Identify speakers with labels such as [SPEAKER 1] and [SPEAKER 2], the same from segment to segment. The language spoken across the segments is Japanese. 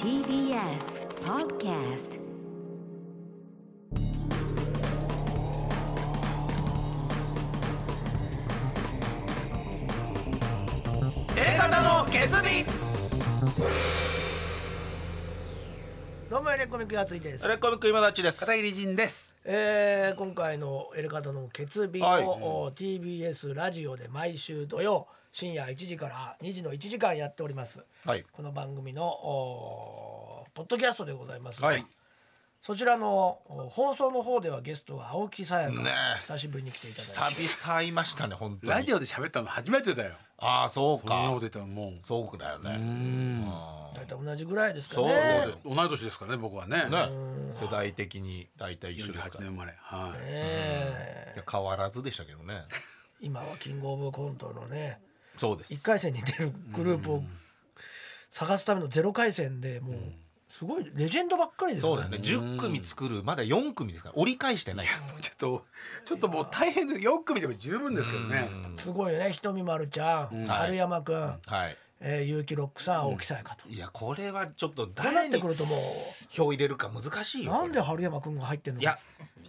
[SPEAKER 1] TBS Podcast
[SPEAKER 2] 方の決意どうもエレコミックやついです
[SPEAKER 3] エ、レコミック今立ちです。
[SPEAKER 4] 片桐仁です。
[SPEAKER 2] えー、今回の「エレカタの決日を」
[SPEAKER 3] はい
[SPEAKER 2] お TBS ラジオで毎週土曜深夜1時から2時の1時間やっております
[SPEAKER 3] はい。
[SPEAKER 2] この番組のおポッドキャストでございますが、
[SPEAKER 3] はい。
[SPEAKER 2] そちらのお放送の方ではゲストは青木さやか、
[SPEAKER 3] ねえ
[SPEAKER 2] 久しぶりに来ていただいて
[SPEAKER 3] 久々いましたね、本当に。
[SPEAKER 4] ラジオで喋ったの初めてだよ。
[SPEAKER 3] ああ、そう
[SPEAKER 4] こんなこ
[SPEAKER 3] か
[SPEAKER 4] と。言ったのもう。
[SPEAKER 3] そうだよ
[SPEAKER 4] うー
[SPEAKER 3] ね。
[SPEAKER 4] ん。
[SPEAKER 2] 大体同じぐらいですか
[SPEAKER 3] そうだ
[SPEAKER 2] ね
[SPEAKER 3] よね。
[SPEAKER 4] 同い年ですからね、僕はね。
[SPEAKER 3] 世代的に大体一緒
[SPEAKER 4] 48
[SPEAKER 3] ですから。
[SPEAKER 4] 年生
[SPEAKER 3] い
[SPEAKER 4] まれ。はい。
[SPEAKER 2] え
[SPEAKER 3] や変わらずでしたけどね。
[SPEAKER 2] ー今はキングオブコントのね
[SPEAKER 3] そうで
[SPEAKER 2] 1
[SPEAKER 3] す。
[SPEAKER 2] 回戦に出るグループを探すためのゼロ回戦でもうすごいレジェンドばっかりです
[SPEAKER 3] そうだよね。十組作る、まだ四組ですから、折り返してない。
[SPEAKER 4] ちょっと、ちょっともう大変で、よく見ても十分ですけどね。
[SPEAKER 2] すごいよねひとみまるちゃん、
[SPEAKER 3] ん
[SPEAKER 2] 春山くん、
[SPEAKER 3] はい。
[SPEAKER 2] えー、ゆうきロックさん青木さやかと、
[SPEAKER 3] いや、これはちょっと
[SPEAKER 2] こうなっ
[SPEAKER 3] 誰
[SPEAKER 2] て
[SPEAKER 3] に
[SPEAKER 2] くるとも
[SPEAKER 3] 票入れるか難しいうよ。
[SPEAKER 2] な
[SPEAKER 3] こ
[SPEAKER 2] ん
[SPEAKER 3] れ
[SPEAKER 2] で春山くんが入ってんの
[SPEAKER 3] いや、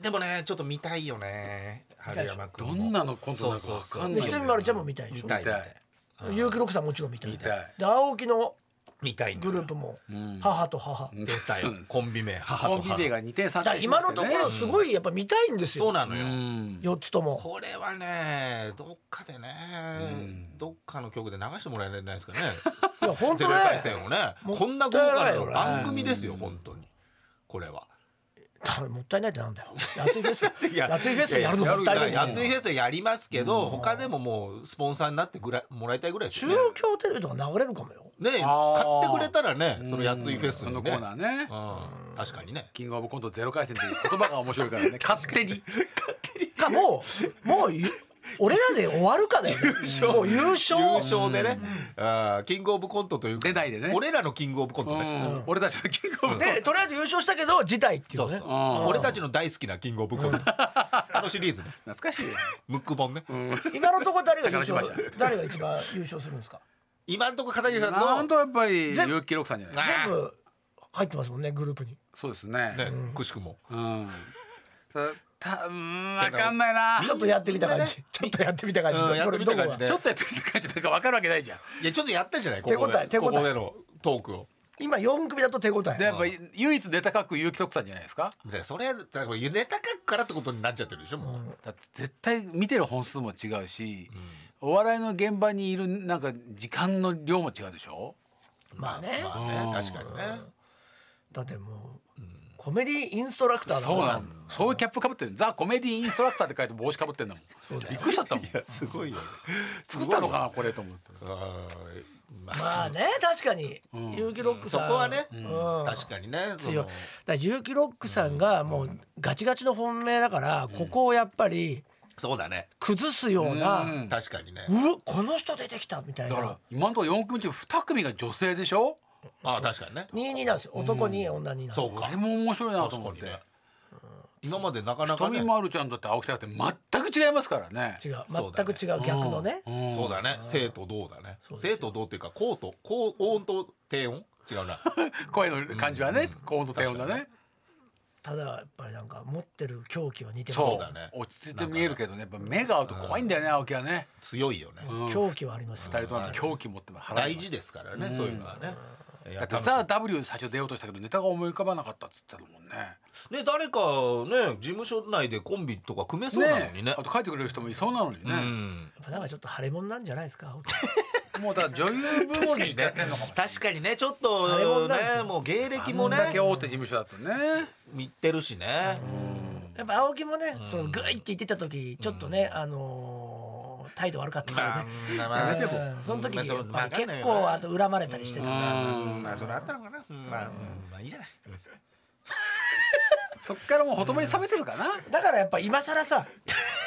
[SPEAKER 3] でもね、ちょっと見たいよね。春山君
[SPEAKER 4] ど
[SPEAKER 3] も。
[SPEAKER 4] んなのコントなのかわかん
[SPEAKER 2] で
[SPEAKER 4] ない
[SPEAKER 2] ひ
[SPEAKER 4] け
[SPEAKER 2] と
[SPEAKER 4] ど。
[SPEAKER 2] みまるちゃんも見たいで
[SPEAKER 3] 見
[SPEAKER 2] しょ
[SPEAKER 3] たい。
[SPEAKER 4] 見たい
[SPEAKER 2] ゆうきロックさんもちろん見たい
[SPEAKER 4] 見たい
[SPEAKER 2] で青木の
[SPEAKER 3] 見たいんだ
[SPEAKER 2] グ
[SPEAKER 3] よ。
[SPEAKER 2] ループも母と母、
[SPEAKER 4] うん
[SPEAKER 3] 出た
[SPEAKER 4] そう
[SPEAKER 3] よ
[SPEAKER 4] なん。です
[SPEAKER 3] コンビ名、母
[SPEAKER 4] コ
[SPEAKER 3] と
[SPEAKER 4] ンビ名
[SPEAKER 3] 母。
[SPEAKER 4] が2点3
[SPEAKER 2] だから
[SPEAKER 4] 点
[SPEAKER 2] 今のところすごいやっぱ見たいんです
[SPEAKER 3] そう
[SPEAKER 2] よ、
[SPEAKER 3] なの
[SPEAKER 4] う
[SPEAKER 3] よ。
[SPEAKER 4] ん。
[SPEAKER 2] 四4つとも
[SPEAKER 3] これはねどっかでね、
[SPEAKER 4] ん
[SPEAKER 3] どっかの曲で流してもらえないですかね
[SPEAKER 2] いや 本
[SPEAKER 3] テ
[SPEAKER 2] 当
[SPEAKER 3] レ
[SPEAKER 2] ね
[SPEAKER 3] ビ回線をね
[SPEAKER 2] もった
[SPEAKER 3] こ
[SPEAKER 2] い
[SPEAKER 3] ん
[SPEAKER 2] な
[SPEAKER 3] ない豪華
[SPEAKER 2] よ
[SPEAKER 3] な
[SPEAKER 2] ね
[SPEAKER 3] 番組ですよ、本当にこれは。
[SPEAKER 2] だからもったいないってなんだよ安いフェス安いフェスやるの
[SPEAKER 3] や
[SPEAKER 2] もったいない
[SPEAKER 3] や熱いフェスやりますけど、他でももうスポンサーになってぐらいもらいたいぐらいです
[SPEAKER 2] 中
[SPEAKER 3] よね。
[SPEAKER 2] 京テレビとか流れるかもよ。
[SPEAKER 3] ね買
[SPEAKER 4] あー
[SPEAKER 3] ってくれたらねそのやついフェス
[SPEAKER 4] あ
[SPEAKER 3] に
[SPEAKER 4] のコ
[SPEAKER 3] ね
[SPEAKER 4] ー。ナーね。
[SPEAKER 3] うん確かにね。
[SPEAKER 4] キングオブコントゼロ回戦っていう言葉が面白いからね。勝手に。
[SPEAKER 2] かもうもうゆ俺らで終わるかだよ、ね。もう優勝。
[SPEAKER 3] 優勝でね、あーキングオブコントというか
[SPEAKER 4] 出ないでね
[SPEAKER 3] 俺らのキングオブコン
[SPEAKER 4] う
[SPEAKER 3] トね。
[SPEAKER 4] ん。俺たちのキングオブコン
[SPEAKER 2] でとりあえず優勝したけど辞退ってい
[SPEAKER 3] そうう
[SPEAKER 2] ね。
[SPEAKER 3] そう
[SPEAKER 4] うん
[SPEAKER 3] 俺たちの大好きなキングオブコント。あのシリーズね。
[SPEAKER 4] ト。懐かしいよ。
[SPEAKER 3] ムック本ね。
[SPEAKER 2] 今のところ誰が優
[SPEAKER 4] だからしま
[SPEAKER 2] 勝誰が一番優勝するんですか。
[SPEAKER 3] 今んとこ片桐さん
[SPEAKER 4] な
[SPEAKER 3] の、
[SPEAKER 4] ん
[SPEAKER 3] ね
[SPEAKER 4] とやっぱり、結城六さんじゃない
[SPEAKER 3] あー
[SPEAKER 2] 全部入ってますもんねグループに。
[SPEAKER 4] そうですね。
[SPEAKER 3] くしくも。
[SPEAKER 4] うん。た、た、うーん、わかんないな。
[SPEAKER 2] ちょっとやってみた感じ。
[SPEAKER 3] み
[SPEAKER 2] ちょっとやってみた感じ。
[SPEAKER 3] うんやってみた感じ
[SPEAKER 2] これどこが
[SPEAKER 3] で
[SPEAKER 4] ちょっとやってみた感じなんかわかるわけないじゃん。
[SPEAKER 3] いやちょっとやったじゃないここで
[SPEAKER 2] 手応え
[SPEAKER 3] ここでのトークを。
[SPEAKER 2] 今四組だと手応
[SPEAKER 4] で、
[SPEAKER 2] え
[SPEAKER 4] や。っぱ唯一ネタ書く結城六さんじゃないですか。
[SPEAKER 3] でそれだからゆネタ書くからってことになっちゃってるでしょもう。
[SPEAKER 4] だって絶対見てる本数も違うし、お笑いの現場にいるなんか時間の量も違うでしょ。
[SPEAKER 2] まあね
[SPEAKER 3] まあ
[SPEAKER 4] うん
[SPEAKER 3] ね確かにね。
[SPEAKER 2] だってもうコメディインストラクターだか
[SPEAKER 4] そ
[SPEAKER 2] ら
[SPEAKER 4] うなんだ。そういうキャップかぶってるザ・コメディインストラクターって書いて帽子かぶってんだもん。びっくりしちゃったもん。
[SPEAKER 3] すごいよ。
[SPEAKER 4] 作ったのかなこれと思って。
[SPEAKER 3] あーまあ
[SPEAKER 2] まあね確かに結城ロック
[SPEAKER 3] そ
[SPEAKER 2] さん。
[SPEAKER 3] こはね、
[SPEAKER 2] うん
[SPEAKER 3] 確かにねそ
[SPEAKER 2] 強い
[SPEAKER 3] の
[SPEAKER 2] だから結城ロックさんがもうガチガチの本命だからここをやっぱり
[SPEAKER 3] そうだね
[SPEAKER 2] 崩すような、う
[SPEAKER 4] うん
[SPEAKER 3] 確かにね、
[SPEAKER 2] わこの人出てきたみたい
[SPEAKER 4] だか
[SPEAKER 2] な
[SPEAKER 4] ら今のところ4組中2組が女性でしょ
[SPEAKER 3] ああ確かにね
[SPEAKER 2] 22なんですよ男に女になんです
[SPEAKER 3] そ
[SPEAKER 2] よ
[SPEAKER 3] う
[SPEAKER 4] こ
[SPEAKER 3] か
[SPEAKER 4] れも面白いなと
[SPEAKER 3] 確
[SPEAKER 4] 思
[SPEAKER 3] か
[SPEAKER 4] っ
[SPEAKER 3] に
[SPEAKER 4] て。
[SPEAKER 3] ね今までなかなか
[SPEAKER 4] トミ
[SPEAKER 3] ね
[SPEAKER 4] ーマルちゃんだって青木さんって全く違いますからね。
[SPEAKER 2] 違う
[SPEAKER 3] そう
[SPEAKER 2] 全く
[SPEAKER 3] だね
[SPEAKER 2] 違う逆のね、
[SPEAKER 4] うん
[SPEAKER 3] そうだね生と同だね生と同っていうか高と高高音と低音違うな
[SPEAKER 4] 声の感じはね、高音と低音だね。
[SPEAKER 2] ただやっぱりなんか持ってる狂気は似てます
[SPEAKER 3] そ
[SPEAKER 4] そうう
[SPEAKER 3] だ
[SPEAKER 4] だ
[SPEAKER 3] ね
[SPEAKER 4] ね。落ち着いて見えるけどね、やっぱ目が合うと怖いんだよね、青木はね。
[SPEAKER 3] 強いよね、
[SPEAKER 2] 狂気はあります、
[SPEAKER 4] 二人ともなんか狂気持ってます。腹が
[SPEAKER 3] 大事ですからね、そういうのはね。いや
[SPEAKER 4] だってザ・ W 最初出ようとしたけどネタが思い浮かばなかったっつってたもんね。
[SPEAKER 3] ね誰かね事務所内でコンビとか組めそうなのにね。
[SPEAKER 4] あと書いてくれる人もいそうなのに
[SPEAKER 3] う
[SPEAKER 4] ね。
[SPEAKER 3] ん、
[SPEAKER 2] やっぱなんかちょっと腫れ物なんじゃないですか青木
[SPEAKER 4] もうだから女優部門に行っちゃってんのかも。
[SPEAKER 3] 確かにねちょっ
[SPEAKER 2] あれも
[SPEAKER 3] と
[SPEAKER 2] な
[SPEAKER 3] ね
[SPEAKER 2] んですよ
[SPEAKER 3] もう芸歴も
[SPEAKER 4] こん
[SPEAKER 3] ね
[SPEAKER 4] だけ大手事務所だとね。
[SPEAKER 3] 見てるしね、
[SPEAKER 2] やっぱ青木もね、そのグイって言ってた時ちょっとね、あのー態度悪かったからね、
[SPEAKER 3] まあまあ
[SPEAKER 2] うんその時にやっぱり結構
[SPEAKER 3] まあ
[SPEAKER 2] あと恨まれたりしてたから、
[SPEAKER 3] うんまあそれあったのかな、うんまあ、うんまあいいじゃない、
[SPEAKER 4] そっからもうほとぼり冷めてるかな。
[SPEAKER 2] だからやっぱ今更さ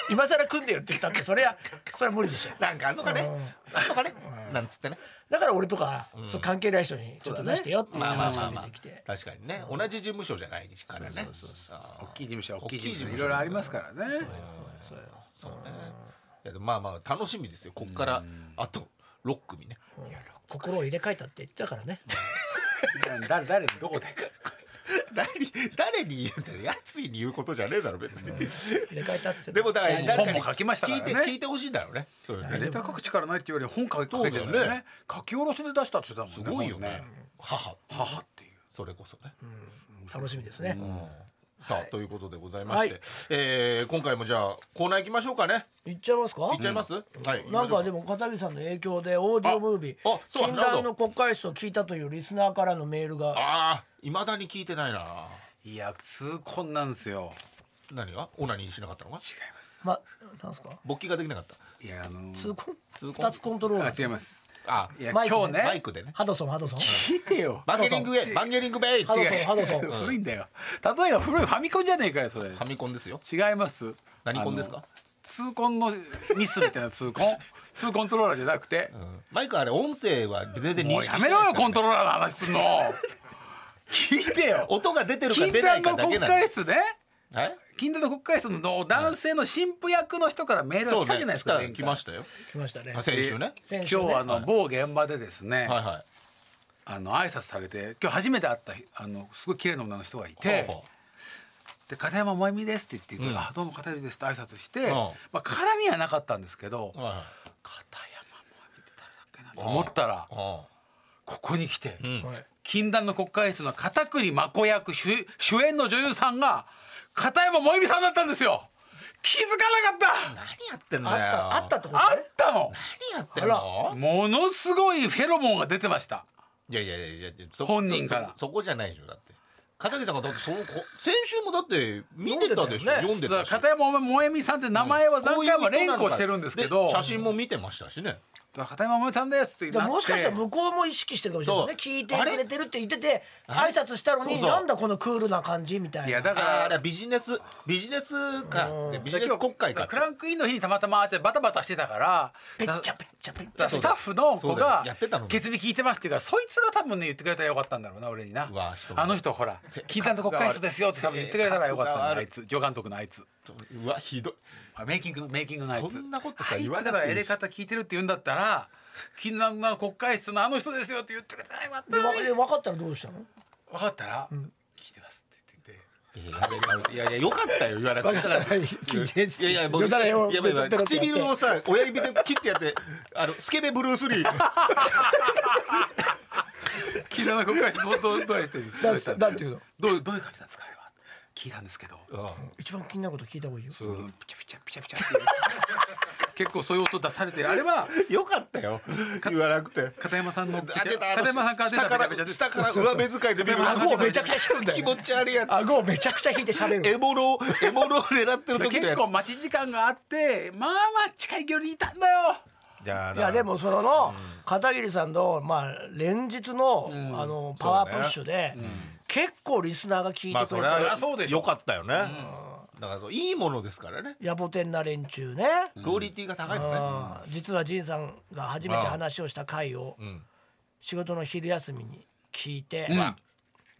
[SPEAKER 2] 今更組んでよって言ったってそれはそれは無理でしょ
[SPEAKER 3] なんかあんのかね、あんのかね、なんつってね
[SPEAKER 2] だから俺とか、そう関係ない人にちょっと出してよって言っ
[SPEAKER 3] まあ
[SPEAKER 2] て話
[SPEAKER 3] まあまあ
[SPEAKER 2] が
[SPEAKER 3] ま
[SPEAKER 2] 出
[SPEAKER 3] あ
[SPEAKER 2] てきて
[SPEAKER 3] 確かにね同じ事務所じゃないからねあー
[SPEAKER 4] 大きい事務所は大きい事務
[SPEAKER 3] 大きい事務
[SPEAKER 4] 所
[SPEAKER 3] 所
[SPEAKER 4] いろいろありますからね。
[SPEAKER 3] そうねいやでもまあまあ楽しみですよこっからあと6組ね
[SPEAKER 2] 心を入れ替えたって言ってたからね
[SPEAKER 4] 誰誰どこで
[SPEAKER 3] 誰に誰に言うんだよやついに言うことじゃねえだろ別に、
[SPEAKER 2] 入れ替えたって言って
[SPEAKER 3] でもだから
[SPEAKER 4] 大丈夫
[SPEAKER 3] 誰かに
[SPEAKER 4] 本も書きましたからね
[SPEAKER 3] 聞いて聞いてほしいんだよねそういうのね
[SPEAKER 4] ネタ書く力ないっていうより本書いてる
[SPEAKER 3] そ
[SPEAKER 4] よ
[SPEAKER 3] うだよね
[SPEAKER 4] ね書き下ろしで出したって言ってた
[SPEAKER 3] す
[SPEAKER 4] もんね
[SPEAKER 3] ごいよ
[SPEAKER 4] 本
[SPEAKER 3] ね母
[SPEAKER 4] 母っていう
[SPEAKER 3] それこそね、
[SPEAKER 2] 楽しみですね、
[SPEAKER 3] さあ、ということでございまして、
[SPEAKER 2] はい
[SPEAKER 3] えー今回もじゃあコーナー行きましょうかね
[SPEAKER 2] いっちゃいますか
[SPEAKER 3] 行っちゃいます、はい
[SPEAKER 2] なんかで
[SPEAKER 3] も
[SPEAKER 2] も片桐さんの影響でオーディオムービー
[SPEAKER 3] ああそう
[SPEAKER 2] 禁
[SPEAKER 3] なるほ
[SPEAKER 2] 断
[SPEAKER 3] ど
[SPEAKER 2] の国会室を聞いたというリスナーからのメールが
[SPEAKER 3] ああいまだに聞いてないない
[SPEAKER 4] や痛恨なんですよ
[SPEAKER 3] 何がオナニーしなかったのか
[SPEAKER 4] 違います
[SPEAKER 2] まなんですか
[SPEAKER 3] 勃起ができなかった
[SPEAKER 4] いやあの
[SPEAKER 2] 通コン
[SPEAKER 3] 通コ
[SPEAKER 2] 二
[SPEAKER 3] ン
[SPEAKER 2] つコントロー
[SPEAKER 4] あ
[SPEAKER 2] ラー
[SPEAKER 4] 違います
[SPEAKER 3] あ
[SPEAKER 4] いや
[SPEAKER 2] マイクね
[SPEAKER 4] 今日ね
[SPEAKER 3] バイクでね
[SPEAKER 2] ハドソンハドソン
[SPEAKER 4] 聞いてよ
[SPEAKER 3] バンゲリングウェイバンゲリングベイ
[SPEAKER 2] ハド
[SPEAKER 3] 違う
[SPEAKER 2] ソンハドソン
[SPEAKER 4] 古いんだよ例えば古いファミコンじゃねえかよそれ
[SPEAKER 3] ファミコンですよ
[SPEAKER 4] 違います
[SPEAKER 3] 何コンですか
[SPEAKER 4] あの痛恨のミスみたいな痛恨痛コントローラーじゃなくて、
[SPEAKER 3] マイクあれ音声は全然
[SPEAKER 4] も
[SPEAKER 3] 認
[SPEAKER 4] う
[SPEAKER 3] 識
[SPEAKER 4] や
[SPEAKER 3] して
[SPEAKER 4] め
[SPEAKER 3] な
[SPEAKER 4] ろよ
[SPEAKER 3] い
[SPEAKER 4] コン
[SPEAKER 3] です
[SPEAKER 4] トロ
[SPEAKER 3] からね
[SPEAKER 4] ーラーの話すんの聞いてよ
[SPEAKER 3] 音が出てるか
[SPEAKER 4] 禁
[SPEAKER 3] 出な
[SPEAKER 4] 断
[SPEAKER 3] いか
[SPEAKER 4] の
[SPEAKER 3] だけ
[SPEAKER 4] 国
[SPEAKER 3] なんで
[SPEAKER 4] 会
[SPEAKER 3] す
[SPEAKER 4] 室ね
[SPEAKER 3] はい
[SPEAKER 4] 禁断の国会室の男性の神父役の人からメール
[SPEAKER 3] そ
[SPEAKER 4] が
[SPEAKER 3] う
[SPEAKER 4] 来たじゃない
[SPEAKER 3] ね
[SPEAKER 4] です
[SPEAKER 3] 来
[SPEAKER 4] か、
[SPEAKER 3] た来ましたよ
[SPEAKER 2] 来ましたね
[SPEAKER 3] あ先週ね
[SPEAKER 2] 先週
[SPEAKER 4] 今
[SPEAKER 2] ね
[SPEAKER 4] 日あの、某現場でですね、
[SPEAKER 3] はいは
[SPEAKER 4] あの挨拶されて今日初めて会ったあのすごい綺麗な女の人がい
[SPEAKER 3] い
[SPEAKER 4] て、
[SPEAKER 3] ほうほ
[SPEAKER 4] で片山萌美ですって言って、
[SPEAKER 3] うん
[SPEAKER 4] あどうも片山ですって挨拶して、
[SPEAKER 3] うん
[SPEAKER 4] まあ絡みはなかったんですけど、
[SPEAKER 3] うはいはい
[SPEAKER 4] 片山萌美って誰だっけなと思ったら
[SPEAKER 3] あ
[SPEAKER 4] ここに来て、
[SPEAKER 3] あうん
[SPEAKER 2] はい
[SPEAKER 4] 禁断の国会室の片栗真子役主主演の女優さんが片山萌美さんだったんですよ気づかなかっ
[SPEAKER 3] 何やってんだ
[SPEAKER 2] あっ
[SPEAKER 3] よ
[SPEAKER 2] たあったってこ
[SPEAKER 4] た
[SPEAKER 2] と
[SPEAKER 4] あ
[SPEAKER 2] ね
[SPEAKER 4] ったの
[SPEAKER 3] 何やってんの
[SPEAKER 4] ものすごいフェロモンが出てました
[SPEAKER 3] いやいやいやいやそ
[SPEAKER 4] 本人から
[SPEAKER 3] そそこじゃないでしょだって片桐さんがだってそのこ先週もだって見てたでしょ
[SPEAKER 2] 読
[SPEAKER 3] 読
[SPEAKER 2] ん
[SPEAKER 3] ん
[SPEAKER 2] で
[SPEAKER 3] で
[SPEAKER 4] だから
[SPEAKER 3] たし
[SPEAKER 4] 片山萌美さんって名前は何回も連呼してるんですけど、
[SPEAKER 3] で写真も見てましたしね
[SPEAKER 4] だから片山萌美さんですって
[SPEAKER 2] だ
[SPEAKER 4] な
[SPEAKER 2] から
[SPEAKER 4] って
[SPEAKER 2] もしかしたら向こうも意識してるかもしれないです
[SPEAKER 3] そ
[SPEAKER 2] ね
[SPEAKER 3] う
[SPEAKER 2] 聞いてくれてるって言ってて挨拶したの
[SPEAKER 3] そう
[SPEAKER 2] に
[SPEAKER 3] そう
[SPEAKER 2] なんだこのクールな感じみたいない
[SPEAKER 4] やだか
[SPEAKER 3] あ
[SPEAKER 4] ら
[SPEAKER 3] あれはビジネスビジネスかでビジネス国会か
[SPEAKER 4] クランクインの日にたまたまあっちゃバタバタしてたから
[SPEAKER 2] ペッチャ
[SPEAKER 4] だ
[SPEAKER 2] ペッチャペッチ
[SPEAKER 4] だ
[SPEAKER 2] ャ
[SPEAKER 4] スタッフの子
[SPEAKER 3] そうだ
[SPEAKER 4] が
[SPEAKER 3] よやってたの
[SPEAKER 4] 「
[SPEAKER 3] に
[SPEAKER 4] 月日聞いてます」って言うからそいつが多分ね言ってくれたらよかったんだろうな俺にな
[SPEAKER 3] うわ人も
[SPEAKER 4] あの人ほら「聞いたんと国会室ですよ」って多分言ってくれたらよかったんだあいつ助監督のあいつ
[SPEAKER 3] うわひどい
[SPEAKER 4] あメイキングのメイキングのあいつ
[SPEAKER 3] そんなことさ
[SPEAKER 4] あい
[SPEAKER 3] 言わ
[SPEAKER 4] つ
[SPEAKER 3] な
[SPEAKER 4] が
[SPEAKER 3] くて
[SPEAKER 4] や
[SPEAKER 3] いい
[SPEAKER 4] り
[SPEAKER 3] し
[SPEAKER 4] 方聞いてるって言うんだったら「禁断の国会室のあの人ですよ」って言ってくれたらよかった
[SPEAKER 2] で
[SPEAKER 4] の
[SPEAKER 2] わ
[SPEAKER 4] に
[SPEAKER 2] で分かったらどうしたの
[SPEAKER 4] 分かったら「聞いてます」って言ってて。
[SPEAKER 3] いやいやいやよかったよ言わなくて
[SPEAKER 2] わかったよ聞いて
[SPEAKER 3] いやいやもう
[SPEAKER 2] よかったよ
[SPEAKER 3] いやいやいや
[SPEAKER 2] ペロペロってやって
[SPEAKER 3] 唇をさ親指で切ってやってあのスケベブルースリー
[SPEAKER 4] 聞いたの国会室どうどうどうやってです
[SPEAKER 2] なんつったなんていうの
[SPEAKER 4] どうどういう感じなんですかあれは聞いたんですけど、
[SPEAKER 2] 一番気になること聞いた方がいいよ
[SPEAKER 4] そのピチャピチャピチャピチャっていう結構そういう音出されてるあれは
[SPEAKER 3] よかったよ言わなくて
[SPEAKER 4] 片山さんのピチャ
[SPEAKER 3] あ出たあ
[SPEAKER 4] 片
[SPEAKER 3] の
[SPEAKER 4] 山さんから出た
[SPEAKER 3] 下から
[SPEAKER 4] ピチャピチャ
[SPEAKER 3] 下から上目遣いで見る
[SPEAKER 4] 顎をめ
[SPEAKER 2] ちゃくちゃ引くんだよね
[SPEAKER 3] 気持ち悪いやつ
[SPEAKER 2] 顎をめちゃくちゃ引いて喋 る
[SPEAKER 3] エモロをエモロを狙ってる時の
[SPEAKER 4] 結
[SPEAKER 3] やつ
[SPEAKER 4] 構待ち時間があってまあまあ近い距離にいたんだよ
[SPEAKER 3] いや
[SPEAKER 2] いやでもその片桐さんのまあ連日のあのパワープッシュで結構リスナーが聞い
[SPEAKER 3] まあ
[SPEAKER 2] てく
[SPEAKER 3] そ
[SPEAKER 2] れ
[SPEAKER 3] れ
[SPEAKER 2] た
[SPEAKER 3] は
[SPEAKER 4] あそうでしょ
[SPEAKER 3] よかったよねだからそういいものですからね
[SPEAKER 2] 野暮天な連中ね
[SPEAKER 3] クオリティが高いのね
[SPEAKER 2] うん実は仁さんが初めて話をした回を
[SPEAKER 3] ん
[SPEAKER 2] 仕事の昼休みに聞いて
[SPEAKER 4] ん
[SPEAKER 2] 我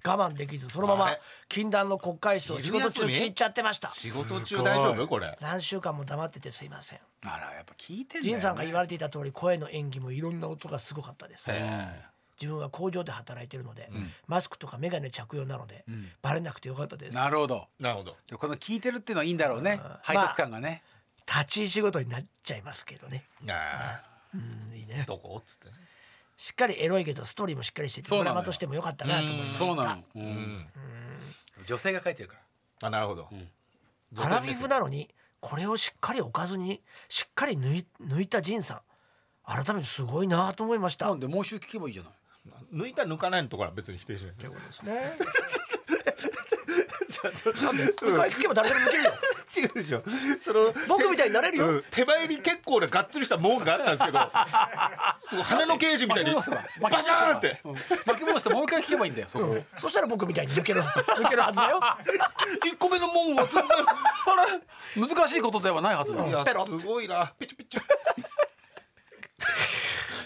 [SPEAKER 2] 慢できずそのま
[SPEAKER 3] あ
[SPEAKER 2] ま
[SPEAKER 3] れ
[SPEAKER 2] 禁断の国会室を仕事中
[SPEAKER 3] 昼休み
[SPEAKER 2] 聞いちゃってました
[SPEAKER 3] 仕事中大丈夫これ
[SPEAKER 2] 何週間も黙っててすいません
[SPEAKER 4] あらやっぱ聞いてんだよ、
[SPEAKER 2] 仁
[SPEAKER 4] ね、
[SPEAKER 2] さんが言われていた通り声の演技もいろんな音がすごかったです
[SPEAKER 3] え
[SPEAKER 2] 自分は工場で働いてるので、マスクとか眼鏡着用なので、バレなくてよかったです
[SPEAKER 4] なるほど
[SPEAKER 3] えなるほど
[SPEAKER 4] でこの聞いてるっていうのはいいんだろうね背徳感がね、
[SPEAKER 2] 立ち仕事になっちゃいますけどね
[SPEAKER 3] ああ
[SPEAKER 2] うんいいね
[SPEAKER 3] どこっつってね
[SPEAKER 2] しっかりエロいけどストーリーもしっかりしてて
[SPEAKER 4] そう
[SPEAKER 2] ド
[SPEAKER 4] なの
[SPEAKER 2] ラ
[SPEAKER 4] よ
[SPEAKER 2] マとしてもよかったなと思いました
[SPEAKER 4] そうなの、うん
[SPEAKER 3] うん
[SPEAKER 4] 女性が書いてるから
[SPEAKER 3] あなるほど
[SPEAKER 2] アラビフなのにこれをしっかりおかずにしっかり抜い抜いた仁さん改めてすごいなと思いました
[SPEAKER 4] なんでもう一周聞けばいいじゃない
[SPEAKER 3] 抜いた抜かないのところは別に否定しない
[SPEAKER 2] ですね2回聞けば誰でも抜けるよ
[SPEAKER 3] 違うでしょ その
[SPEAKER 2] 僕みたいになれるよ
[SPEAKER 3] うん手前に結構ねがっつりした門があったんですけ どすごい花の刑事みたいにバシャーンって
[SPEAKER 4] うん巻き戻してもう一回聞けばいいんだよそこを
[SPEAKER 2] そしたら僕みたいに抜ける抜けるはずだよ
[SPEAKER 3] 一個目の門は
[SPEAKER 4] 難しいことではないはずだ
[SPEAKER 3] いやすごいなピチピチ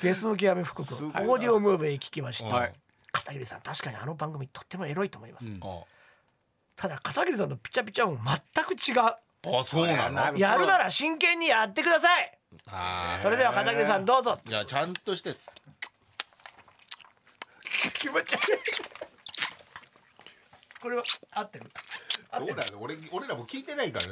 [SPEAKER 2] ゲスの極み福君
[SPEAKER 3] す
[SPEAKER 2] オ
[SPEAKER 3] ご
[SPEAKER 2] ー
[SPEAKER 3] い
[SPEAKER 2] ディオムービー聞きました、
[SPEAKER 4] はい
[SPEAKER 2] 片桐さん確かにあの番組とってもエロいと思います、
[SPEAKER 4] ん
[SPEAKER 2] ただ片桐さんのピチャピチャ音全く違
[SPEAKER 3] あそうなの
[SPEAKER 2] うやるなら真剣にやってください
[SPEAKER 3] あー
[SPEAKER 2] それでは片桐さんどうぞ
[SPEAKER 3] いやちゃんとして
[SPEAKER 2] 気持ち悪いこれは合ってる合って
[SPEAKER 3] ど
[SPEAKER 2] る
[SPEAKER 3] うなの俺俺らも聞いてないからさ